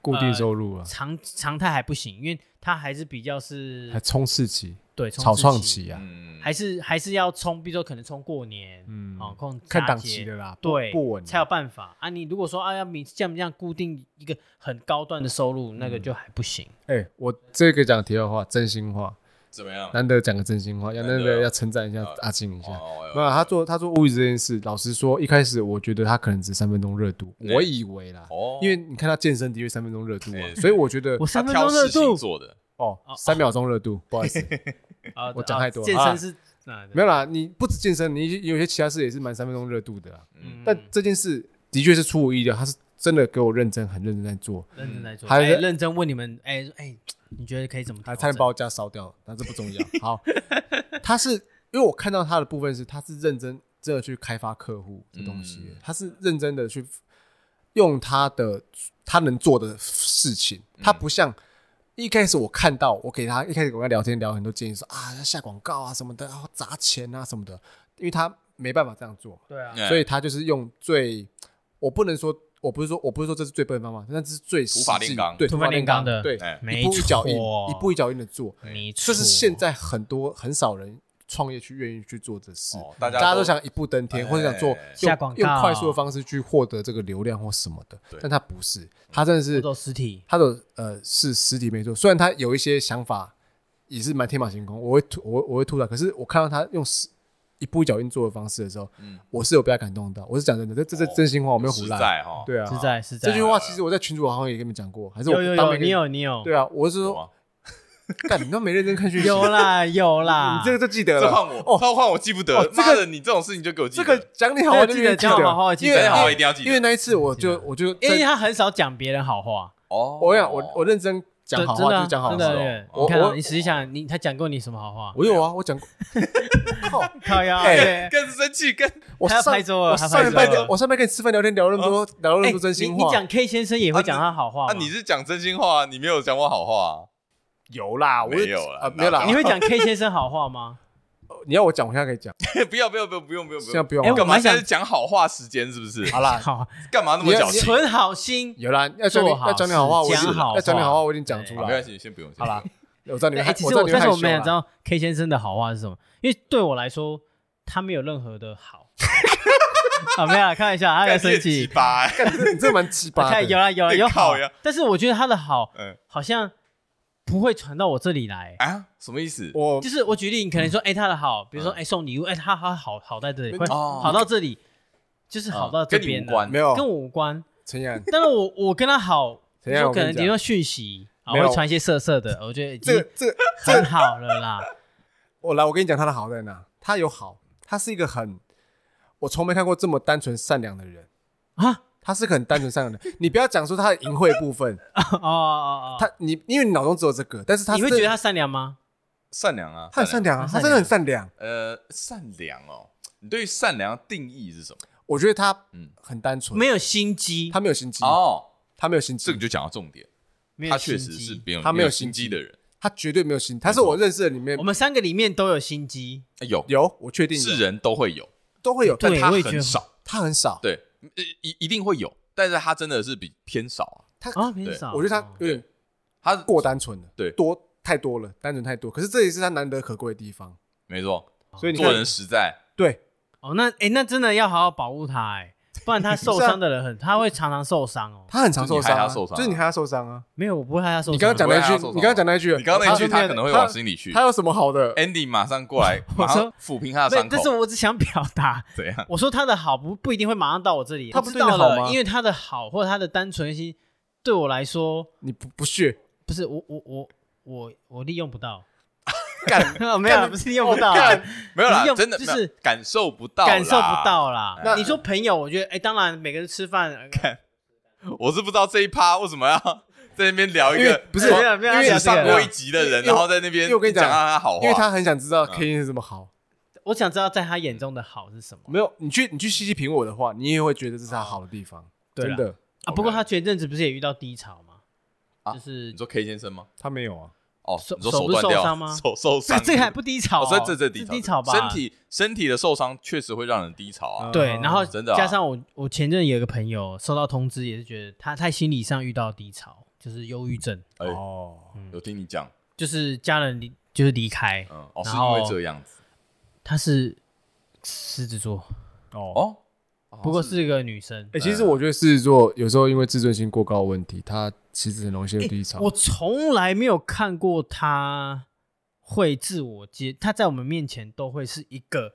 固
呃
定收入啊，
常常态还不行，因为它还是比较是
还冲刺期、
对冲
草
刺
创
期
期啊，
嗯
还是还是要冲，比如说可能冲过年，
嗯
哦，控
看档
佳节
期的啦，不
对，
不稳啊
才有办法啊。你如果说啊要你这样这样固定一个很高段的收入，
嗯
那个就还不行。
哎、我这个讲题外话，真心话，
怎么样？
难得讲个真心话，要
难
难
得
得要称赞一下
啊
阿庆一下。
哦
没有，啊他做他做物语这件事，老实说，一开始我觉得他可能只三分钟热度，
对
我以为啦，
哦
因为你看他健身的确三分钟热度
哎
嘛，所以我觉得
我
他
三分
挑
钟热
事情
度
做的，
哦，三秒钟热度，不好意思，
(laughs)
啊，
我讲
啊
太多了
健
啊
身是啊
没有啦，你不止健身，你有些其他事也是蛮三分钟热度的啦。
嗯
但这件事的确是出乎意料，他是真的给我认真，很认真在做，
认真在做，
还
还
是
认真问你们，哎哎，你觉得可以怎么
还
调整？
差点把我家烧掉了，但这不重要。好，他是因为我看到他的部分是，他是认真真的去开发客户的东西的
嗯，
他是认真的去用他的他能做的事情，他不像。一开始我看到，我给他一开始我跟他聊天聊很多建议说啊要下广告啊什么的，然后砸钱啊什么的，因为他没办法这样做，
对啊，
哎
所以他就是用最，我不能说，我不是说我不是说这是最笨的方法，但这是最
土法
实际
炼钢
对，
土
土
法
法
炼
炼
钢
钢
的
对，
哎
没
一步一脚印，
错
一步一脚印的做，
没错，
嗯这是现在很多很少人创业去愿意去做的事
哦，大家
大家
都
都想一步登天，
哎
或者想做
下广
用
告
用快速的方式去获得这个流量或什么的
对，
但他不是，他真的是
做实体，
他的呃是实体没错，虽然他有一些想法也是蛮天马行空，我会吐我会我会吐槽，可是我看到他用实一一步一脚印做的方式的时候，
嗯
我是有被他感动到。我是讲真的，这这这真心话，我没有胡
实
乱。
在哈，
对啊，
是哦在是在
这句话其实我在群主好像也跟你们讲过，还是我
有有
当
有
没跟
你有你有
对啊，我是
有
说，
吗，
干你都没认真看讯息，
有啊啦有啦，
你这个就记得
这
了。
换我，这换我记不
哦
得，
这个
妈的，你这种事情就给我记
这
得，
个讲你好话
对
就
记
一定
得
记
讲好话我记
因
得
为
讲好话
因为
一定要记得
因为那一次我
记
就
得哎
我就
因为
真
他很少讲别人好话，
哦，
我想我我认真讲
真
好
真的
话
啊
就讲好
真
话
的
话
耶。
我
你看啊
我
你实际想，你他讲过你什么好话？
我有啊，我讲过。
(laughs)
靠
靠呀，
哎
对
更生气，更啊
我
他要
上
拍桌了
我
他
上
拍
一拜
桌了
我上班跟你吃饭聊天聊那么多，聊那么
哎
多真
你
心
你
话，
讲 K 先生也会
啊
讲
你
他好话
啊！
吗
你是讲真心话，你没有讲我好话 (laughs)
有啦，我
没有啦
啊，没有啦
哪。有
你会讲 K 先生好话吗？
你要我讲，我现在可以讲，
啊！不要不要不要不用不用不
现在
用，
不用
哎
了。
干
我
嘛
蛮
现
想
在是讲好话时间是不是？
啊好啦，
好，
干嘛那么
你要
矫情？
存好心。
有啦，要讲你
做好
要讲你好话，我已经
讲好
话
要讲你好话，我已经讲出
啊没
来
关。系，先不用。
好啦
先，
我知道你们
哎，
害，
其实
知道
我
你们
但是
害
我
羞啊
们想知
啦。
道 K 先生的好话是什么，因为对我来说，他没有任何的好。好，没有啦，开玩笑，他
不
在
用，
生气。
吧？
你 (laughs) 这蛮奇葩
看
的
有。啦有啦有好
靠呀，
但是我觉得他的好
(laughs) 嗯
好像不会传到我这里来。
啊，什么意思？
我
就是我举例，你可能说，哎，他的好，比如说，
嗯
哎，送礼物，哎，他他好好在这里，会
哦
好到这里，就是好到这
跟你
边
无
的
关，
没有
跟我无关。
陈
(laughs)
阳，
但是我我跟他好，
怎
你
样
说
我
可
跟你
能
讲
你说讯息，啊，
没有
会传一些色色的，我觉得已
这
经
个这个
很好了啦。
我来，我跟你讲他的好在哪。他有好，他是一个很，我从没看过这么单纯善良的人。
啊， (laughs)
他是个很单纯善良的人，你不要讲说他的淫秽部分，
哦哦哦，
他你因为你脑中只有这个，但是他
你会
真
觉
的
得他善良吗？
善良啊，
他很善良啊，
他
他
善良
真的很善良。
呃，善良哦，你对于善良的定义是什么？
我觉得他
嗯
很单纯，
没有心机，
他没有心机，
哦，
他没有心
这
机
个，就讲到重点，
没有
他
心
确
机
实是没有
他没有
没有
心
心
机
机的人，
他绝对没有心机。他是我认识的里面
我们三个里面都有心机，
哎有
有，我确定有
是人都会有，
都会有，
对
但他
我也觉得
很少，
他很少。
对，呃一一定会有，但是他真的是比偏少啊，
他
啊，偏少。
我觉得他有点
他
过单纯了，
对
多太多了，单纯太多。可是这也是他难得可贵的地方。
没错，
所以你看
做人实在，
对
哦，那哎，那真的要好好保护他哎，不然
(laughs)
他受
啊
伤的人很，他会常常受伤哦。
他很常受伤、
就你害
啊，
他受伤啊
就是你害他受伤啊。
没有，我不会害他受伤。
你刚刚讲那一句
我不会害他受伤啊，
你刚刚讲那一句，
你刚刚那一句
他
他可能会往心里去哎
他有什么好的？
，Andy 马上过
(laughs)
来，马上抚平他的
对
伤，口
但是，我只想表达， (laughs)
怎样？
我说他的好不不一定会马上到我这里，
他
我
不
知
对你
道
好
了
吗
因为他的好或者他的单纯心，对我来说
你不不屑？
不是我我我我我利用不到，
(laughs)
(laughs) 哦
干
没有啦，
干
不是利用不到啊，
干
没有啦
你用，
真的
就
没有
是
感受不到，
感受不。到
(laughs)
啦。
那
你说朋友，我觉得哎，当然每个人吃饭呃
我是不知道这一趴为什么要 (laughs) 在那边聊一
因为
个
不是
从
没有没有
因为
要
只
讲这个
上过一集的人，
因为
然后在那边
因为我跟你
讲
讲
到他好话，
因为他很想知道 K 是这么好。
我想知道在他眼中的好是
嗯
什么
没有，你去你去细细品我的话，你也会觉得这是他好的地方。
对
真
啦
的，
啊。
OK
不过他前阵子不是也遇到低潮吗？
啊
就是
你说 K 先生吗？
他没有啊，
哦，
手
你说
手不是
断掉
受伤吗
手受
这
伤，
这个还不低潮
哦，
哦，
所以这这
是
低
低潮吧？
身体身体的受伤确实会让人低潮啊
嗯。
对，然后
真的啊
加上我我前阵有一个朋友收到通知，也是觉得他他心理上遇到低潮，就是忧郁症，
哎，
哦，
有听你讲，
就是家人离就是离开，
嗯，哦，是
然
因
后
为这样子
他是狮子座，
哦，
哦。哦
不过是一个女生。
哎，其实我觉得狮子座有时候因为自尊心过高的问题，他其实很容易陷入低潮
我。从来没有看过他会自我接，他在我们面前都会是一个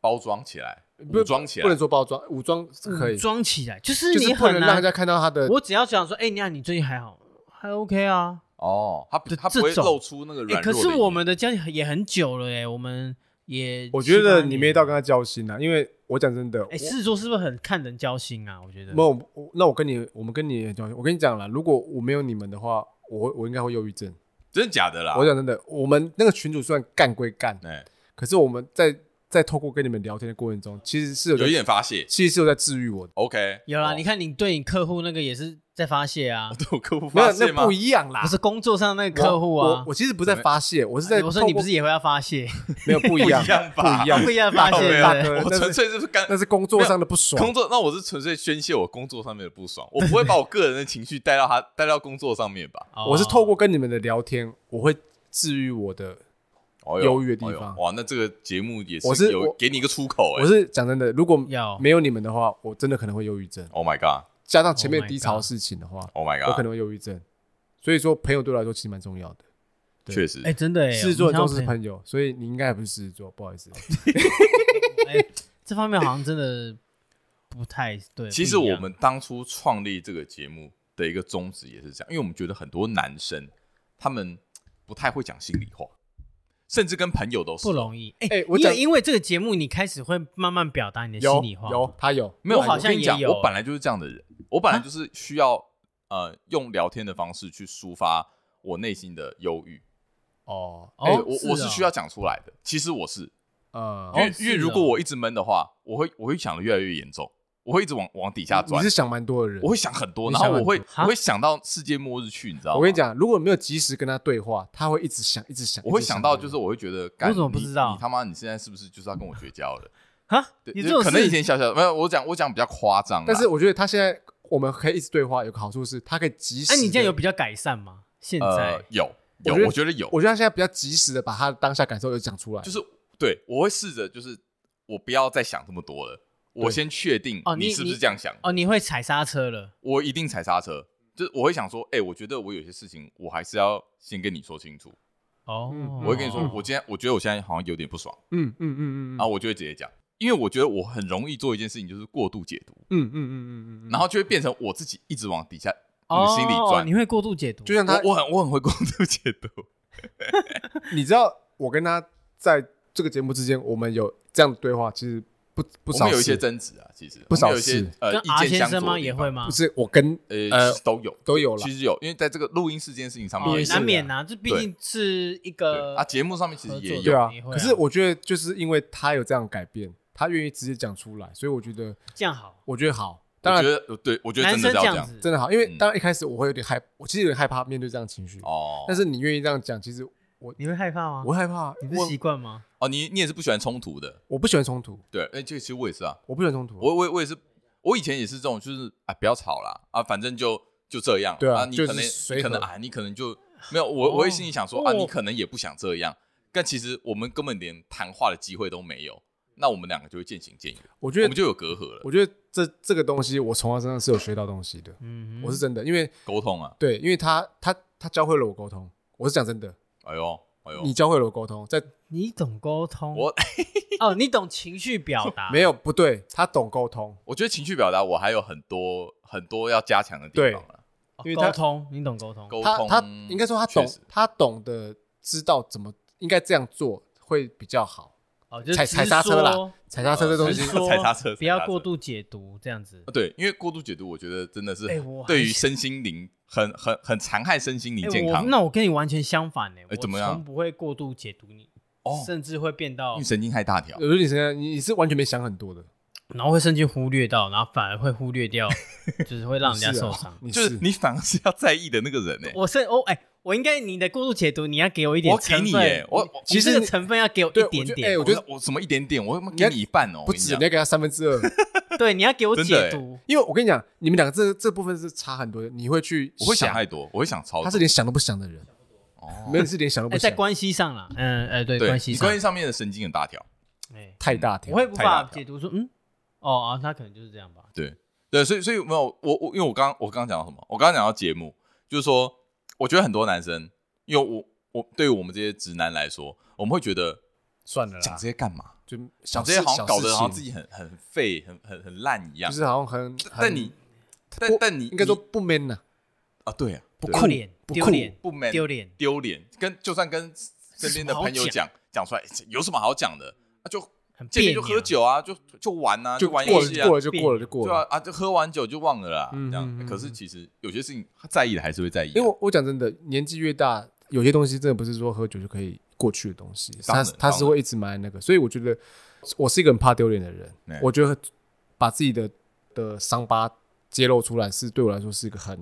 包装起来，
不
武装起来，
不能说包装，武装是可
武
以，
装起来，就是
就
你
是不
很
能让
难
人。家看到他的。
我只要想说，哎，你看你最近还好，还 OK 啊？
哦，他
这
他不会
这种
露出那个
哎，
欸
软弱的
可
一面。
是我们的交情也很久了，哎，我们也
我觉
七
得
八
你
年
没到跟他交心啊，因为我讲真的，
哎，
我
狮子座是不是很看人交心啊？我觉得
没有，我那我跟你，我们跟你也交心。我跟你讲了，如果我没有你们的话，我我应该会忧郁症。
真的假的啦？
我讲真的，我们那个群主虽然干归干，
哎，
可是我们在在透过跟你们聊天的过程中，其实是有在
有一点发泄。
其实是有在治愈我的。
OK，
(laughs) 有啦，
哦
你看你对你客户那个也是在发泄啊，
对我客户
没有
发，泄
那
吗
不？一样啦。
不是工作上那个
我
客户
我
啊。
我其实不在发泄，我是在
哎我说你
透过
不是也会要发泄，
没有不一样
不一样吧
不一样
不一样发
靠
泄
背
大
啊
对不对
哥
我
那
纯
是
粹就是干
那是工作上的不爽
工。作，那我是纯粹宣泄我工作上面的不爽，我不会把我个人的情绪带到他带到工作上面吧？
哦
我是透过跟你们的聊天，我会治愈我的。
哦哟
忧郁的地
哦
方
哟哇，那这个节目也
我是
有
我
给你一个出口哎、
我是讲真的，如果
要
没有你们的话，我真的可能会忧郁症。
o h，Oh my God，Oh
加上前面
Oh my
低潮的事情的话，
my
我可
God，
能会忧郁症。所以说，朋友对我来说其实蛮重要的。对
确实
哎、，真的哎，
狮子座
我
都
们
是
看到
朋友，所以你应该还不是狮子座，不好意
(laughs)
思。
朋友哎，这方面好像真的不太对。
其实
不一
我
样
们当初创立这个节目的一个宗旨也是这样，因为我们觉得很多男生他们不太会讲心里话，甚至跟朋友都是
不容易。哎、
哎我
你有
讲
因为这个节目，你开始会慢慢表达你的
有
心里话。
有，他有
没有，
我好像
跟你讲，
也有啊
我本来就是这样的人，我本来就是需要呃用聊天的方式去抒发我内心的忧郁，
哦
哦
哎
我
是
我是
哦
需要讲出来的。其实我是，
呃
因为、
哦是
因为如
哦
果我一直闷的话，我会我会想的越来越严重，我会一直往往底下
哦你
钻
是，想蛮多的人。
我会想很多，
你
然
想
后我
很
会
多
我会想到世界末日去，你知道吗？
我跟你，讲，如果没有及时跟他对话，他会一直想，一直想。
我会
一直
想到就是我会觉得，干
我怎么不
你
知道
你他妈你现在是不是就是要跟我绝交了？
哈，
对，
你
就
这种
可能
事
以前小小没有，我讲我讲比较夸张啦，
但是我觉得他现在我们可以一直对话，有个好处是，他可以及时。
哎、你这样有？比较改善吗？现在、
呃有
我
有
觉，得
我觉得有，
我觉得他现在比较及时的把他当下感受有讲出来，
就是对我会试着，就是我不要再想这么多了，我
对
先确定
哦
你
你
是不是这样想，
哦，你会踩刹车了。
我一定踩刹车。就是我会想说，哎、我觉得我有些事情，我还是要先跟你说清楚。
哦，
嗯
我会跟你说，
嗯
我今天我觉得我现在好像有点不爽，
嗯嗯嗯嗯
然后我就会直接讲，因为我觉得我很容易做一件事情，就是过度解读，
嗯嗯嗯嗯嗯，
然
后
后就会变成我自己一直往底下那
哦
个心里钻。
你会过度解读，
就像他，
我我很我很会过度解读，
你知道我跟他在这个节目之间，我们有这样的对话，其实不 (laughs) 不
我
少
们
次，
有一些争执啊，其实
不少
我们有一些
事
呃
跟
意
R
见
先
相
生
左
吗？
的地
也
方
会？吗
不？是我跟
呃，
呃
其实都有，
都有了
其，实有，因为在这个录音室这件事情上
哦
面也是，
难免啊，这毕竟是一
对
个
啊，节目上面其实
合作
也
的
对
有，
啊
也会。啊
可是我觉得就是因为他有这样的改变，他愿意直接讲出来，所以我觉得
这样好。
我觉得好，当
我
然
觉得对，我觉得
男
真的
生
是要这
样
样
子，
真的好，因为
嗯
当然一开始我会有点害，我其实有点害怕面对这样的情绪，
哦。
但是你愿意这样讲，其实
你会害怕吗？
我会害怕，
你不是习
我
惯吗？
哦，你你也是不喜欢冲突的，
我不喜欢冲突，
对，哎，这个其实我也是啊，
我不喜欢冲突，
我我我也是，我以前也是这种，就是啊，不要吵啦，啊，反正就就这样，
对啊
啊，你
就是
可能
随
你可能
和
啊，你可能就没有，我我会心里想说啊，
哦
你可能也不想这样，但其实我们根本连谈话的机会都没有，那我们两个就会渐行渐远，
我
我
觉
们
得
就有隔阂了，
我觉得这这个东西我从他身上是有学到东西的，
嗯哼，
我是真的，因为
沟通啊，
对，因为他他他教会了我沟通，我是讲真的，
哎呦哎呦
你，教会了我沟通，在
你懂沟通，
我
哦，你懂情绪表
啊
达，
没有不对，他懂沟通，
我觉得情绪表达我还有很多很多要加强的地
对
方了，
哦
因为
沟
他
通，你懂沟通，
沟
他
通
他应该说他懂
确实
他懂得知道怎么应该这样做会比较好，
哦，就是
踩
直
踩刹车啦
说
踩刹车这东
直
西
呃
说
踩刹车，
不要
踩刹车
过度解读这样子
啊。对，因为过度解读，我觉得真的是
哎我还
对于身心灵很很很残害身心灵
哎
健
我
康。
那我跟你完全相反呢，
哎
我
怎么样
从不会过度解读你，
哦，
甚至会变到
因为，神经太大条
有，时候你现在你你是完全没想很多的，
然后会甚至忽略到，然后反而会忽略掉，就是会让人家
是
受
啊
伤。
你
就是你反而是要在意的那个人欸呢。
我是哦，哎、我应该你的过度解读，你要给我一点
我给
成
你
分，
耶我
你
其实
这个成分要给我
对
一点
我觉得
点，
哎
我
我
觉
觉
得
得
我什么一点点，我他妈
你
给
要
你一半哦，我
不
跟你
止，
讲
你要给他三分之二， (laughs)
对，你要给我
真的
解
耶
读，哎
因为我跟你讲，你们两个这这部分是差很多的，你会去
我会想太多，我会想超多。
他是连想都不想的人，
哦，
没有你是连想都
哎、
不
在
想，
关系上啦，嗯，哎、对，
对，
关系
你
上
关，系上面的神经很大条。
哎、
太大
嗯
条
我，会无
太大
法
条
解读说，嗯，哦啊，他可能就是这样吧，
对对，所以所以没有我我因为我刚我刚刚讲到什么？我刚刚讲到节目，就是说，我觉得很多男生，因为我我对于我们这些直男来说，我们会觉得
算了
讲
啦
这，些干嘛？
就小
讲嗯这
事
些好像搞得好
小
像
事
自
情
己很很废、很很很烂一样
就。是好像很，
但
很
你，但
不
但你
应该说
你
不 man 呐，
啊，对啊，不
丢脸，
不
丢
酷
脸，
不 man
丢脸，
丢脸，跟就算跟身边的朋友
这什
讲讲出来，这有什么好讲的？啊，就
很
见
别
面
扭，
就喝酒啊，就就玩啊，
就过
玩
了
游戏
就
啊
过，了就过了就过
对
了
啊。啊，就喝完酒就忘了啦，
嗯
这样
嗯。嗯
可是其实有些事情他在意的还是会在意啊，
因为我我讲真的，年纪越大，有些东西真的不是说喝酒就可以过去的东西，他
当然
他
当
是
然
会一直埋那个，所以我觉得我是一个很怕丢脸的人
对，
我觉得把自己的的伤疤揭露出来是对我来说是一个很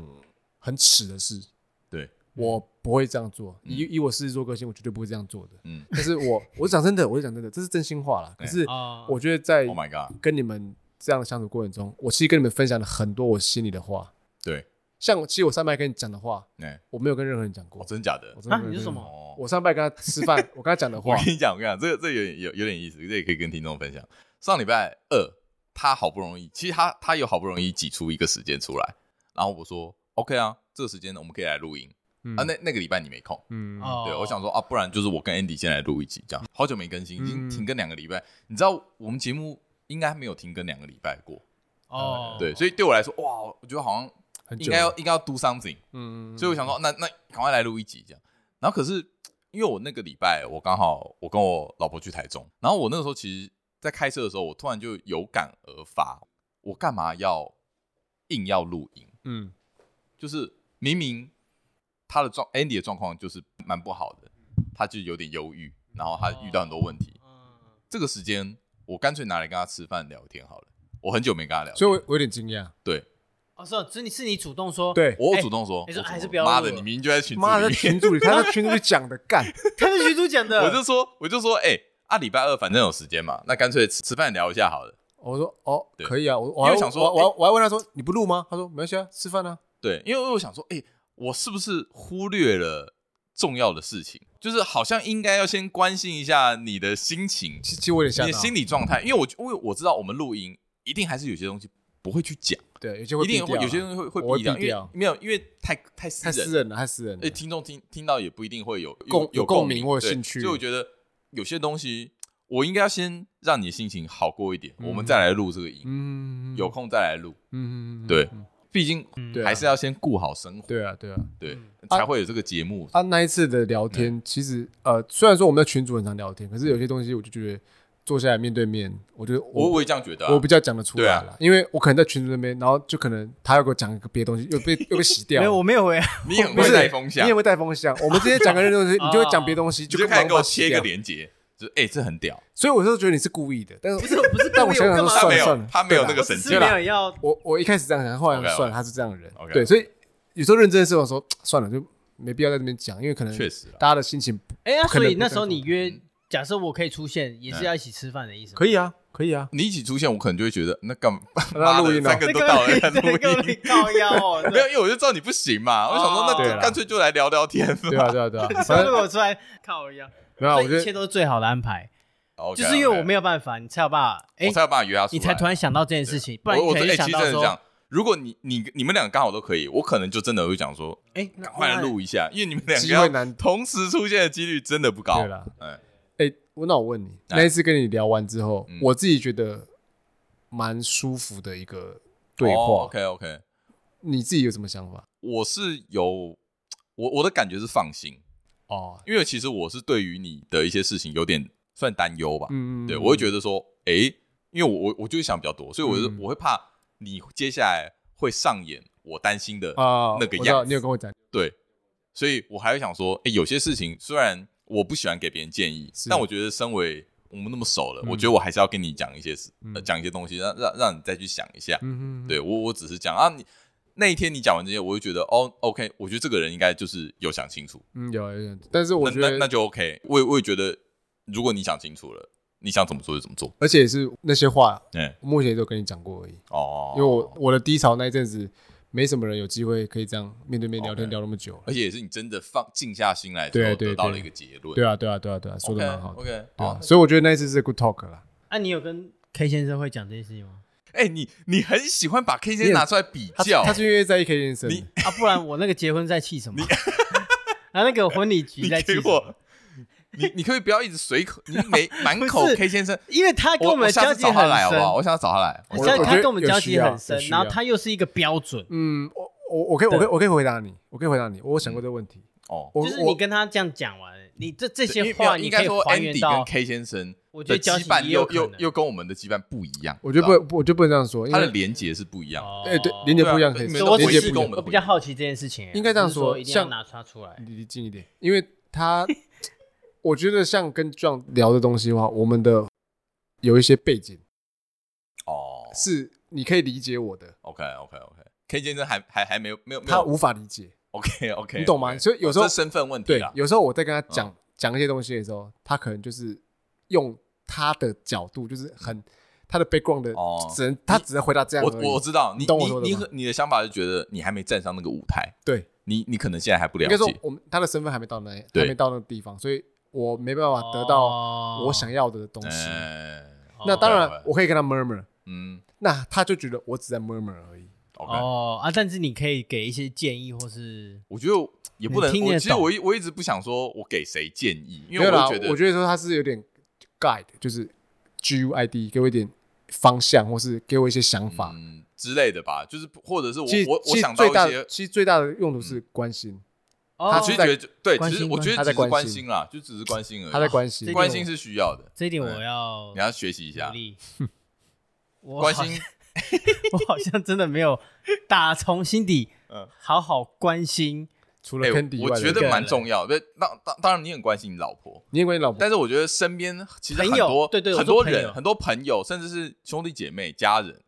很耻的事，
对，
我不会这样做，
嗯
以以我狮子座个性，我绝对不会这样做的。
嗯
但是我我讲真的，我讲真的，这是真心话啦。可
对
是
哦，
我觉得在
哎啊，Oh my god，
跟你们这样相处过程中，我其实跟你们分享了很多我心里的话，
对，
像其实我上班跟你讲的话，
哎，
我没有跟任何人讲过
哦，。真假的
我？真的
啊
没，有
你是
跟
什
任何人
么？
哦，
我上班跟他吃饭，我跟他讲的
我
话，
跟你讲，我跟你讲，这个这个有点有有点意思，这也可以跟听众分享。上礼拜二，他好不容易，其实他他有好不容易挤出一个时间出来，然后我说 OK 啊，这个时间我们可以来录音。
嗯
啊，那那个礼拜你没空，
嗯
哦，
对，我想说啊，不然就是我跟 Andy 先来录一集，这样好久没更新，已经
嗯
停更两个礼拜。你知道我们节目应该没有停更两个礼拜过，
哦，
对，所以对我来说，哇，我觉得好像
很久
应该要
了
应该要 do something，
嗯，
所以我想说，那那赶快来录一集这样。然后可是因为我那个礼拜我刚好我跟我老婆去台中，然后我那个时候其实在开车的时候，我突然就有感而发，我干嘛要硬要录音？
嗯
就是明明他的状 Andy 的状况就是蛮不好的，他就有点忧郁，然后他遇到很多问题。
嗯
这个时间我干脆拿来跟他吃饭聊天好了。我很久没跟他聊天，
所以我我有点惊讶，
对
哦，是哦是你是你主动说，
对
我有主动说，
哎你说
我主动
还是
说
不要
妈
录
的，
了
你明明就在群组
妈的
里
在群
面，
主里，他在群主里讲的干，
(laughs) 他是群主讲的，
我就说，我就说，哎、啊，礼拜二反正有时间嘛，那干脆吃吃饭聊一下好了。
我说哦
对
可以啊，我我
因为
还
想说
我我还我还问他说你不录吗？他说没关系啊，吃饭啊，
对，因为我想说，哎、我是不是忽略了重要的事情？就是好像应该要先关心一下你的心情，
其其实我有点吓
你的
到，
心理状态，因为我因为我知道我们录音一定还是有些东西不会去讲，
对，有些会
一定
避
会
掉啊
有些东西会
我
会
会
避掉，
避
因为
掉，
没有，因为太太私
太
人，
私人了，太私人
哎，
了，
听众听听到也不一定会有
共
有有
有共
鸣
鸣或
对
兴趣
所以我觉得有些东西我应该要先让你心情好过一点，
嗯
我们再来录这个音，
嗯
有空再来录，
嗯嗯嗯
对
嗯
毕竟
嗯
对啊
还是要先顾好生活，
对啊对啊，
对
嗯，
才会有这个节目。
啊，那一次的
嗯
聊天，其实呃，虽然说我们在群组很常聊天，可是有些东西我就觉得坐下来面对面，我觉得
我
我
我也这样觉得啊，
我比较讲得出来
对
啦，因为我可能在群组那边，然后就可能他要给我讲一个别的东西，又被又被洗掉
没有，
了。
我没有回，
你很
不
会
是
带风向哦
你也，会带风向。我们之前讲个人 (laughs) 东西，你就会讲别的东西，
你就
就
开始给我
切
切一个。连接，就是哎，这很屌，
所以我就觉得你是故意的，但是
不是不是
但我想想
干
说
嘛
他
算
没
了
有
算了，
他没有
对啦
那个神
只
经
(laughs) 是没有要
我我一开始这样想，后来
OK，OK
算了，他是这样的人
OK
对，所以有时候认真的事，我说算了，就没必要在这边讲，因为可能
确实啦
大家的心情不
哎呀，
可能
所以
不
那
在
时候
乎
你约，假设我可以出现，
嗯
也是要一起吃饭的意思吗。
可以啊，可以啊，
你一起出现，我可能就会觉得那干嘛？ (laughs)
那
妈
录
的
音哦
三个
这
人都
个
到了，还
这
录
个
音
你。高腰哦，
(laughs) 没有，因为我就知道你不行嘛，我想说
对
那
啦
干脆就来聊聊天
(laughs)
嘛。
对啊，对啊，对
(laughs)
啊，
所
反
以如
正
果我出来靠腰，
没有啊，我
所以
觉得
一切都是最好的安排，
OK，OK，
就是因为我没有办法，你才有办法，哎
啊我，才有办法约他出来，
你才突然想到这件事情，不然
我
你
我
可能
哎，其
就想
实
到
真的是这
说
样，，如果你你你们两个刚好都可以，我可能就真的会讲说，
哎，那
赶快来录一下，因为你们两个
机会
要
难
同时出现的几率真的不高
对。啦，
哎，
哎、我那我问你，
哎
那一次跟你聊完之后，
嗯
我自己觉得蛮舒服的一个对话，
哦 OK OK，
你自己有什么想法？
我是有我我的感觉是放心，
哦，
因为其实我是对于你的一些事情有点算担忧吧。
嗯，
对，我会觉得说，诶，因为我我我就是想比较多，所以我是、
嗯
我会怕你接下来会上演我担心的
啊，
那个
我知道
样
你
子，
有跟我讲，
对，所以我还会想说，诶，有些事情虽然我不喜欢给别人建议，
是
但我觉得身为我们那么熟了，
嗯
我觉得我还是要跟你讲一些事，呃
嗯
讲一些东西，让让让你再去想一下。
嗯嗯，
对我我只是讲啊，你那一天你讲完这些，我就觉得哦，OK，我觉得这个人应该就是有想清楚。
嗯，有有有，但是我觉
那那那
得，
就 OK。我也我也觉得，如果你想清楚了，你想怎么做就怎么做。
而且是那些话，
嗯，
目前都跟你讲过而已，
哦，
因为我我的低潮那一阵子，没什么人有机会可以这样面对面聊天
OK
聊那么久，
而且也是你真的放静下心来之后
对对
得到了
对
一个结论。
对
啊，
啊，对啊，对啊，对啊，说的蛮好的
OK，, 哦 o k
对
好
啊，。所以我觉得那一次是 good talk 啦。
那啊你有跟 K 先生会讲这件事情吗？
哎、你你很喜欢把 K 先
你很
拿出来比
他
较，
他是因为在 E K 先生
你
的，
(laughs) 啊，不然我那个结婚在气什 (laughs) 么？然后那个婚礼局
你
在气
给
什
我
么？，
你你可不可以不要一直随口，你
(laughs)
每满口
不是
K 先生。
因为他跟
我
们
下
交
次
集
找
很
他来好不
深，
好？我想找他来，
我
下
想找
次
觉
他
得
跟我们
有
交
需
集
要
很
有
深，
需
然后
要
他又是一个标准，
嗯，我我我可以我可以我可以回答你，我可以回答你，我有想过这个问题。
哦，
我
就是你跟他这样讲完，你这这
因为
些
没有
话，
应
你可
该
以
说
还原
Andy
到
跟 K 先生
我觉
的
得
羁
交集
绊
也有
又
可
又
能
又跟我们的羁绊不一样，
我觉得
你知道吗
不我就不能这样说，因
它的
为
连结是不一样
哦
的。
哎对连接不一样可以
啊对
说
啊
我
连
只
接
是
不跟我们的
我比较好奇这件事情，
应该这样
不是
说
说，一定要
像啊
拿它出来。
离近一点，因为他我觉得像跟 John 聊的东西的话，我们的有一些背景
哦，
是你可以理解我的，
OK OK OK。K 先生还还还没有没有没
他
有
无法理解，
OK OK，哦
你懂吗？所以有时候
这身份问题
对
啦，，
有时候我在跟他
嗯
讲讲一些东西的时候，他可能就是用他的角度，就是很他的 background 的
哦，
只能他只能回答这样
我
而已。
我我知道你
你懂我
你
说的
你
吗
很你的想法是觉得你还没站上那个舞台，
对，
你你可能现在还不了
应该说
解。
我们他的身份还没到那，还
对
没到那个地方，所以我没办法得到我想要的东西。
哎
哦
那当
对
然
对，
我可以跟他 murmur，
嗯，
那他就觉得我只在 murmur 而已。
OK，、
哦啊，但是你可以给一些建议或是
我觉得也不能，
你听得
我其实
懂
我一我一直不想说我给谁建议，因
没
为
有啦
我会觉得
我觉得说他是有点 guide，就是 G U I D，给我一点方向，或是给我一些想法。
嗯之类的吧，就是或者是我
其实
我我
其实
想到
最大
一些嗯
的，其实最大的用途是关心，
哦
他
其实
在
觉得就对，
关
其实
心
我觉
他在
得只是
关
关
心
心啦，就只是关心而已。
他在关心，
这
关心是需要的，
这一点我
对
要
你要学习一
努
下 (laughs)
哦力。我
(laughs)
关
好
心。
(laughs) 我好像真的没有打从心底
嗯
好好关心
除了
哎
Candy 以
我
外的
觉
人，
得蛮重要的。当当当然，你很关心你老婆，
你也关心老婆，
但是我觉得身边其实很
朋友
多
对对
很
我说
多
朋友
人很多朋友，甚至是兄弟姐妹、家人，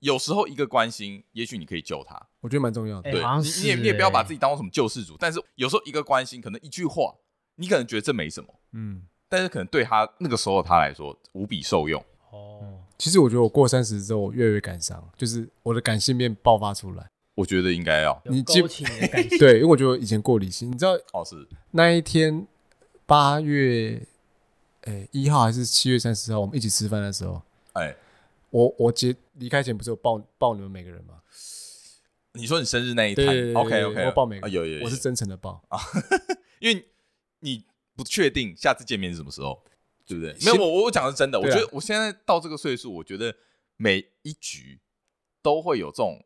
有时候一个关心，也许你可以救他。
我觉得蛮重要的
哎。
对，
好像
你你也
是
你也不要把
哎
自己当做什么救世主，但是有时候一个关心，可能一句话，你可能觉得这没什么，
嗯，
但是可能对他那个时候的他来说无比受用。
哦，
其实我觉得我过三十之后，我越来越感伤，就是我的感性面爆发出来。
我觉得应该要
有
你
勾
记
起你的感情，
对，因为我觉得我以前过理性，你知道
哦是
那一天八月诶一、号还是七月三十号，我们一起吃饭的时候，
哎，
我我结离开前不是有抱抱你们每个人吗？
你说你生日那一
对
摊
对对对
，OK
对
OK，
我抱每个
啊
人，
有有有，
我是真诚的抱。
因为你不确定下次见面是什么时候，对不对？没
先
有，我我讲的是真的。我
对啊
觉得我现在到这个岁数，我觉得每一局都会有这种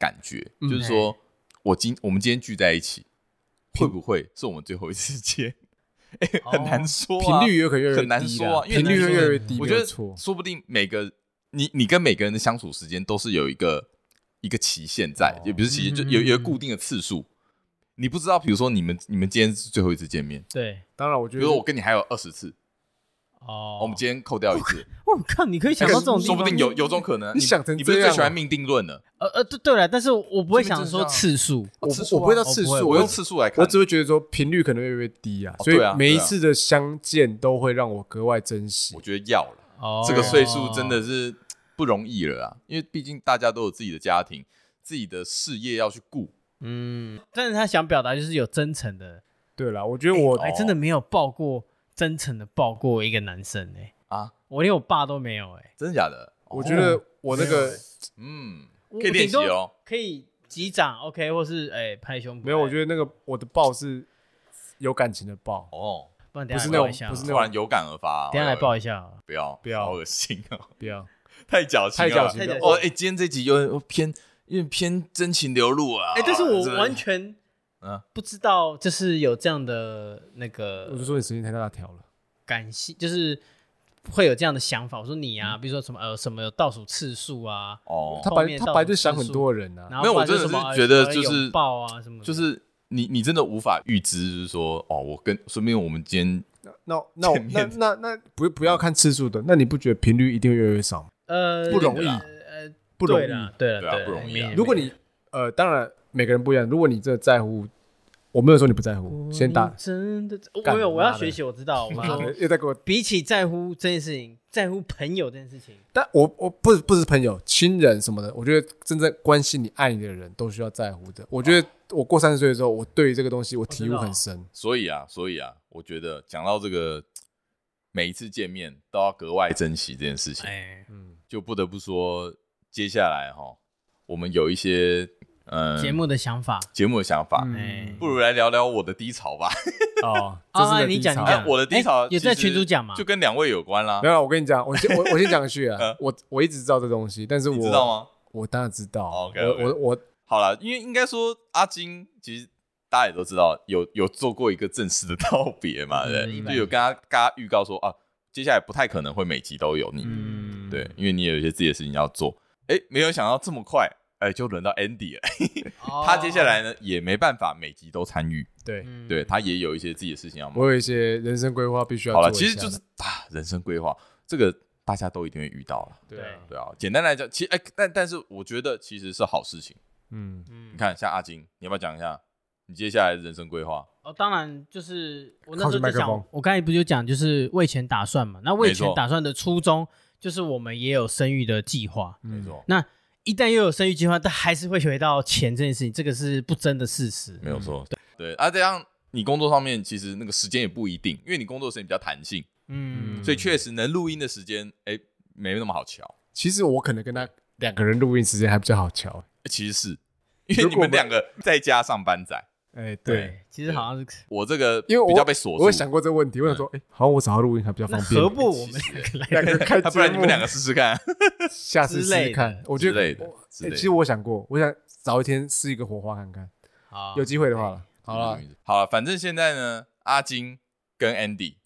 感觉，
嗯
就是说我今我们今天聚在一起，会不会是我们最后一次见？哎、
哦
很难说、
频
啊，
率有可能越来越低啦
很难说啊因为
频率会越来越低，
我
没
觉
有
得
错，
说不定每个你你跟每个人的相处时间都是有一个一个期限在，
哦
也不是期限，就有有
嗯
一个固定的次数。你不知道，比如说你们你们今天是最后一次见面，
对
当然我
比
觉
如
得
说我跟你还有二十次，
哦，
我们今天扣掉一
哦
次，
我靠，你可以想到这种地
说
方，
不定有有种可能。
你想成
你不是
这样啊
最喜欢命定论了？
呃呃，对对了，但是我不
说不
会
定
想
真的
说
这样
次数，
我
次
不
数啊
我不会到次
我哦不会
数，
我
我
用
只
次数来看，
我只会觉得说频率可能越来越低啊，
哦
所以
对啊
每一
对啊
次的相见都会让我格外珍惜
我。觉得要了，
哦，
这个岁数真的是不容易了啊！因为毕竟大家都有自己的家庭、自己的事业要去顾。
嗯，但是他想表达就是有真诚的，
对啦，我觉得我
哦
哎，真的没有抱过真诚的抱过一个男生哎，
啊，
我连我爸都没有哎，
真的假的？
我觉
哦
得我那
没有
个
哎
嗯，
我
可以练习，
我顶多
哦。
可以击掌 OK，或是哎拍胸脯，
没有，我觉
得
得那个我的抱是有感情的抱，
哦，
哎不然等一
不
下
是
来
那种
抱一下啊
不是
突然有感而发，
等一下来
哎
抱
呦，
一下啊，
不要
不要
好恶心
(laughs)
哦，
不要
太矫情
太
了，
矫情
太矫
了。
情
哦，哎，今天这集有点偏，有点偏真情流露啊。
哎，但是
真
我
的
完全
嗯
不知道，就是有这样的那
我就
个
说你时间太大条了，
感性，就是会有这样的想法。我说你
嗯
啊，比如说什么呃什么有倒数次数啊，
哦，
他
后
白
面
他
到
白
底
就想
次
很
数
多人啊，
然后
没有
不然
我真的
什么
是
呃
觉得
什么
就是
拥抱啊什么的，
就是你你真的无法预知，就是说哦，我跟说明我们今天
那那我
见
那
面
那那不不要看次数的，那你不觉得频率一定越来越少吗？
呃
不容易
呃
不容
对
易。
啦对了
对啊不容易啊
如果你呃，当然每个人不一样，如果你真的在乎，我没有说你不在乎，先打。
真的我
干
没有，我要
妈的
学习，我知道，我
妈的
说
又在给我
比起在乎这件事情，在乎朋友这件事情，
但我我不是不是朋友、亲人什么的，我觉得真正关心你、爱你的人都需要在乎的。我觉得我过三十岁的时候，我对于这个东西我体
真
悟
的哦
很深。
所以啊，所以啊，我觉得讲到这个每一次见面都要格外珍惜这件事情，
哎，
嗯，
就不得不说，接下来哈，我们有一些呃
节目的想法，
节目的想法，
哎
不如来聊聊我的低潮吧。
(laughs) 哦，这
啊
是
你
低
讲
潮
你
哎
讲
(laughs) 我的低潮
哎有在
其实
群组讲吗
就跟两位有关啦，
没，有啦，我跟你讲，我先我我先讲一句啊
(laughs)
我我一直知道这东西，但是
嗯你
我
知道吗？
我当然知道。
哦，OK，
我我我
好了，因为应该说阿金其实。大家也都知道，有有做过一个正式的道别嘛，对
嗯一
不
般
对，就有跟他跟他预告说啊，接下来不太可能会每集都有你，
嗯，
对，因为你也有一些自己的事情要做。哎，没有想到这么快，哎，就轮到 Andy 了。
哦
他接下来呢，也没办法每集都参与，
对
嗯
对他也有一些自己的事情要忙。
我有一些人生规划必须要
好了，
做一
其实
下
就是
的
啊，人生规划这个大家都一定会遇到了，
对啊，
对啊。简单来讲，其实哎，但但是我觉得其实是好事情。
嗯，
嗯
你看，像阿金，你要不要讲一下你接下来的人生规划？
哦，当然就是我那
靠
时
近
候
麦
就
克风
讲，我刚才不就讲就是为钱打算嘛？那为钱打算的初衷就是我们也有生育的计划。
嗯
没错，
那一旦又有生育计划，但还是会回到钱这件事情，这个是不争的事实。
没有错。
嗯
对啊，这样你工作上面其实那个时间也不一定，因为你工作时间比较弹性，
嗯，
所以确实能录音的时间，哎，没那么好瞧。
其实我可能跟他两个人录音时间还比较好瞧。
哎其实是因为
如
你
果我们
们两个在家上班仔，
哎，，，
其实好像是
我这个
因为我
比较被锁
我有
住。
想过这个问题，我想说，哎，好像我找他录音还比较
那
方便。
何不我们两个来
(laughs)
两个人开
啊不然
节
你
目
们两个试试看
下次试试看？我觉
之
得
类的
我
之
哎
类的
其实我想过，我想找一天试一个火花看看，
啊好
有机会的话了。好了，，
好了，反正现在呢，阿金跟 Andy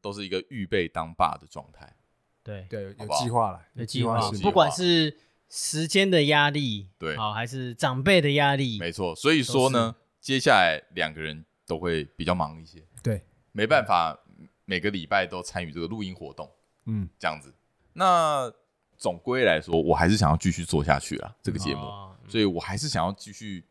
都是一个预备当爸的状态。
对
对，有有
好不好
计划了，
有计划
有
性
计划
不管是时间的压力，
对
好还是长辈的压力，
没错，所以说呢，接下来两个人都会比较忙一些，
对，
没办法每个礼拜都参与这个录音活动
嗯，
这样子。那总归来说，我还是想要继续做下去啊，这个节目，
哦
所以我还是想要继续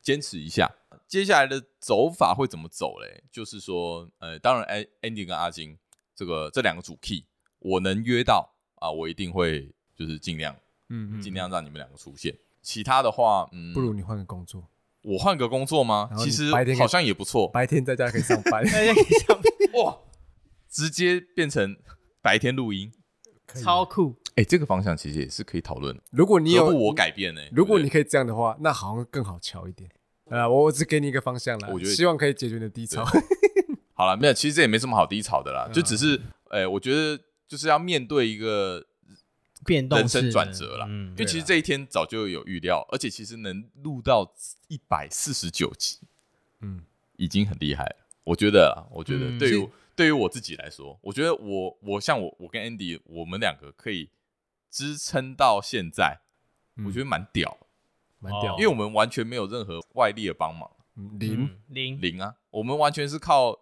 坚持一下。接下来的走法会怎么走嘞？就是说，呃，当然，An-，Andy 跟阿金这个这两个主 key，我能约到啊，我一定会就是尽量
嗯嗯，
尽量让你们两个出现。其他的话，嗯，
不如你换个工作，
我换个工作吗？
然后
其
你
实
白天可以
好像也不错，
白天在家可以上
(laughs)
班，
大家可以上
哇，直接变成白天录音。
可以
超酷，
哎、这个方向其实也是可以讨论的。
如果你
你
有
我改变呢、
如果
对
你
不
可以这样的话，那好像更好瞧一点。呃，我我只给你一个方向了，
我觉得
希望可以解决你的低潮。
对好了，没有，其实这也没什么好低潮的啦，
嗯
就只是，哎、我觉得就是要面对一个，
变动
人生
式的
转折啦
嗯
因为其实这一天早就有预料，而且其实能录到一百四十九集，
(laughs) 嗯，
已经很厉害了。我觉得啦，我觉得
嗯
对于、
所以
对于我自己来说，我觉得我我像我我跟 Andy，我们两个可以支撑到现在，
嗯
我觉得蛮屌，
蛮屌
哦
因为我们完全没有任何外力的帮忙，
嗯
嗯
零
零
零啊，我们完全是靠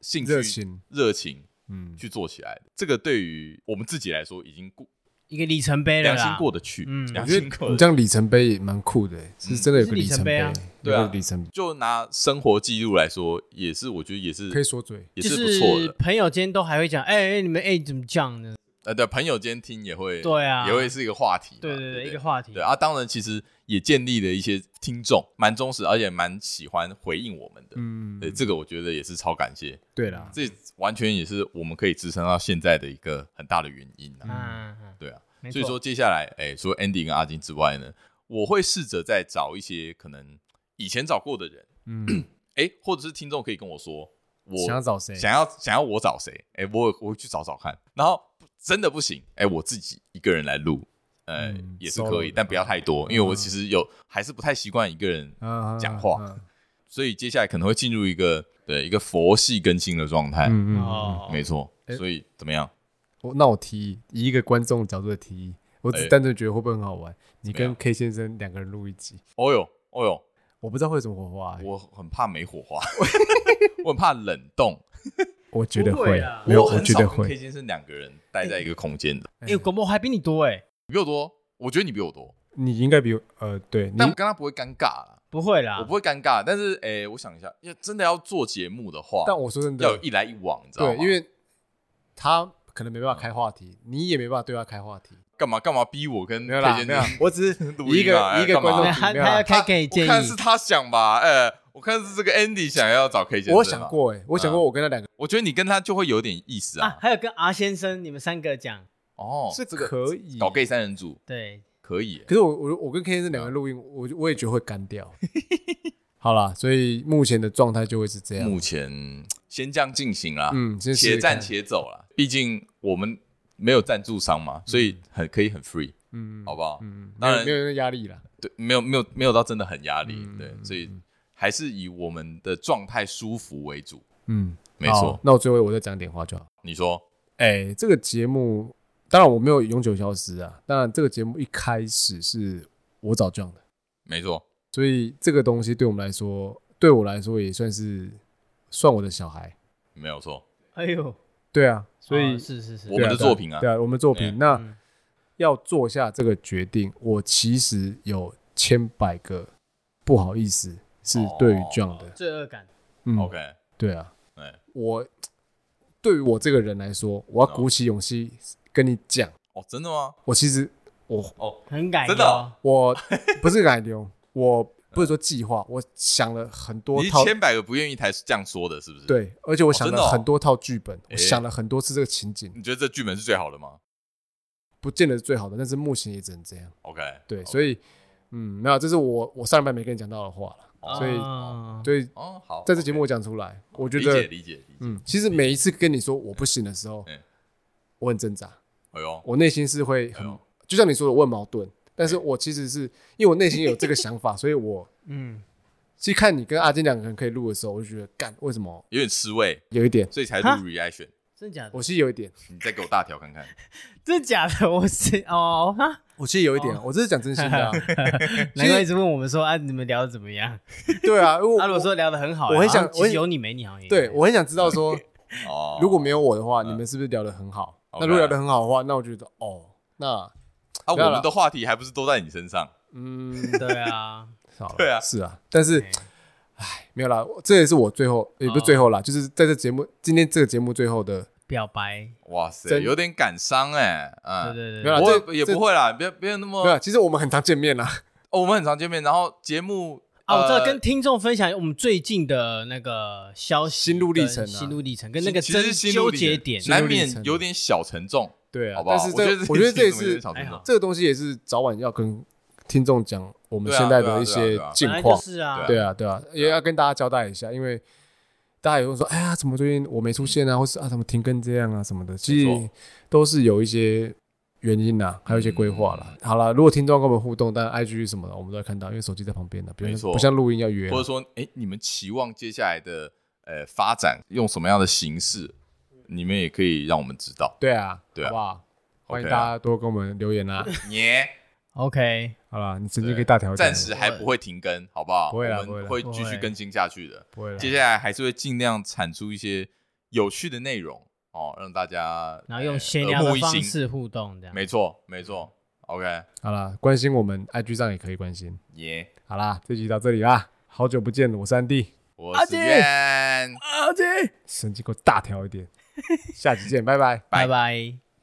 兴趣
热情
热情
嗯，
去做起来的。这个对于我们自己来说已经过
一个里程碑了
良
啦，
心过得去，
嗯
良
我觉
心
得
过
你
得
这
去。
样里程碑也蛮酷的，欸
嗯
是真的有个
是里
程
程碑啊
对啊
有个里程碑
就拿生活记录来说，也是我觉得也是
可以说嘴，
也
就是
不错的。
朋友间都还会讲，哎、哎、你们哎、怎么这样呢？
呃，对，朋友间听也会，
对啊
也会是一个话题嘛，
对
对
对
不
对，一个话题，
对啊，当然其实也建立了一些听众，蛮忠实，而且蛮喜欢回应我们的。
嗯，
对，这个我觉得也是超感谢，
对啦，
这完全也是我们可以支撑到现在的一个很大的原因
嗯，
啊。
嗯，嗯
对啊，
没
所以
错
说接下来，哎，除了 Andy 跟阿金之外呢，我会试着再找一些可能以前找过的人，
嗯，
哎，或者是听众可以跟我说，我
想要找谁？
想要想要我找谁？哎、我我会去找找看。然后真的不行，哎、我自己一个人来录，呃，
嗯
也是可
solo
以
的，
但不要太多，因为我其实有还是不太习惯一个人，
嗯
讲话
嗯
所以接下来可能会进入一个对一个佛系更新的状态。
嗯嗯嗯，
哦，
没错，
哎
所以怎么样？
我那我提议，以一个观众的角度的提议，我只
哎
单纯觉得会不会很好玩？你
怎么
跟
样
K 先生两个人录一集，
哦哟，哦哟，
我不知道会有什么火花，欸
我很怕没火
(laughs)
花，我很怕冷冻。
我觉得
不会啊啦
没有，我
很
觉
少
得
跟 K
会。
先生两个人待在一个空间的，
哎、欸，广播还比你多哎、
你比我多，我觉得你比我多，
你应该比我呃，对你
但我跟他不会尴尬啊啦，
不会啦，
我不会尴尬。但是，哎、我想一下，要真的要做节目的话，
但我说真的，
要有一来一往，你知道吗？嗯
对，因为他可能没办法开话题，你也没办法对他开话题。
干嘛干嘛逼我跟
没有
推
啦，
荐
没有啦
你，
我只是
(laughs) 录
以一
音啊
个以一个
干嘛
观众
对
群
他
没有啦
他要开给你建
我
议，
看是他想吧，哎、我看是这个 Andy 想要找 K 先啊生。
我想，过哎，我想过我跟他两个
我觉得你跟他就会有点意思
啊
啊。，
还有跟 R 先生你们三个讲，
哦，
是
这个嗯
可以
搞 gay 三人组
对，
可以耶，
可是我我我跟 K 先生两个录音，我就我也觉得会干掉。 (laughs) 好啦，所以目前的状态就会是这样。
目前先这样进行啦，
啊嗯，先试试
且战
看
且走啦。毕竟我们没有赞助商嘛，所以很可以很 free，
嗯，
好不好？
嗯，
当然
没有没有压力啦。
对，没有没有没有到真的很压力，
嗯
对，所以还是以我们的状态舒服为主。
嗯，
没错
好那我最后我再讲点话就好。
你说，
哎，这个节目当然我没有永久消失啊，当然这个节目一开始是我找 John 的。
没错，
所以这个东西对我们来说，对我来说也算是算我的小孩。
没有错，
哎呦，
对啊，所
哦
以、
是是是
我，们的作品啊
对啊，我们的作
对啊
品。那、
嗯
要做下这个决定，我其实有千百个不好意思是对于
哦
John 的。
罪恶感，
嗯
OK，
对啊，
哎，
我对于我这个人来说，我要鼓起勇气跟你讲，
哦，真的吗？
我其实我
哦，
很感
真的哦
动，
我不是奶牛，我不是说计划，我想了很多
你
套
千百个不愿意才这样说的，是不是？，
对，而且我
哦
想
真的
了
哦
很多套剧本，
诶
我想了很多次这个情景。
你觉得这剧本是最好的吗？
不见得是最好的，但是目前也只能这样。
OK，
对
OK
所以嗯，没有，这是我我上一半没跟你讲到的话了，
哦
所以
啊
所以
哦好，
在这节
OK
目我讲出来，我觉
理解
得
理解理解，
嗯，其实每一次跟你说我不行的时候
嗯，
我很挣扎，
哎呦，
我内心是会很
哎呦，
就像你说的，我很矛盾，但是
哎
我其实是因为我内心有这个想法，所以我
嗯，
其实看你跟阿金两个人可以录的时候，我就觉得干为什么
有点吃味，
有一点，
所以才录
哈
reaction。
真的假的
我？其实有一点，
你再给我大条看
(laughs)
看，
真的假的？ (laughs) 我是哦哈，
我其实有一点，我这是讲真心
(laughs)
的啊，
难怪一直问我们说啊，你们聊的怎么样？
对啊，因为
啊，如果
我
说聊的很好，哎啊
我很想
好像其
我
实
很
有你没你好像也
对我很想知道说，
(laughs) 哦，
如果没有我的话，你们是不是聊得很好？那
OK
如果聊得很好的话，那我觉得哦，那
啊，
不要
我
了
们的话题还不是都在你身上？
嗯，
对
(laughs)
啊，
好了
对嗯啊
是啊，但是
哎
没有啦，我这也是我最后也不是最后啦，就是在这节目今天这个节目最后的，
表白，
哇塞，
真
有点感伤哎，
对
嗯，
对
没有
对
啦，
不
这
会也
这
不会啦，别别那么
没有，啦，其实我们很常见面
(laughs)
啦，
哦我们很常见面，然后节目
哦
啊，我知道
呃
跟听众分享我们最近的那个消息、
心路历程啊
心路历程跟那个
其实
真
是心
纠
路历程
结点，
心路
难
历程
免有点小沉重，
对啊
好，不好？
但是这我
我觉得
觉得这也
怎么
是哎
有点小沉
还
重
好，
这个东西也是早晚要跟听众讲我们
对啊
现在
对啊
的一
对啊
些
对啊
近
本来就
况，
是啊，
对啊，对啊，也要跟大家交代一下，因为大家也会说，哎呀，怎么最近我没出现啊，或是啊，怎么停更这样啊什么的，其
没
实
错
都是有一些原因啦，还有一些规划啦。
嗯
好啦，如果听众跟我们互动，当然 IG 什么的我们都会看到，因为手机在旁边的，不
没
像
错
不像录音要约啊
或，者说，哎，你们期望接下来的呃发展用什么样的形式？你们也可以让我们知
(laughs)
道。
对啊，
对啊
好不好？欢迎
OK 啊
大家多跟我们留言
(laughs)
啦。
耶，
OK，
好啦，你直接
对
可以大条讲了，
暂时啊还不会停更，好不好？
不会啦
我
不会啦啊
们会继续更新下去的。
不会啦
接下来还是会尽量产出一些有趣的内容哦，让大家
然后用
呃
闲
耳
聊
目
的
一
方
新。
式互动这样。
没错，没错。OK，
好啦，关心我们 IG 上也可以关心。
耶，
好啦，这集到这里啦，好久不见了，我是安迪，
我是愿，
啊，对，
(laughs)
神经给我大条一点，下期见，拜拜。
拜拜。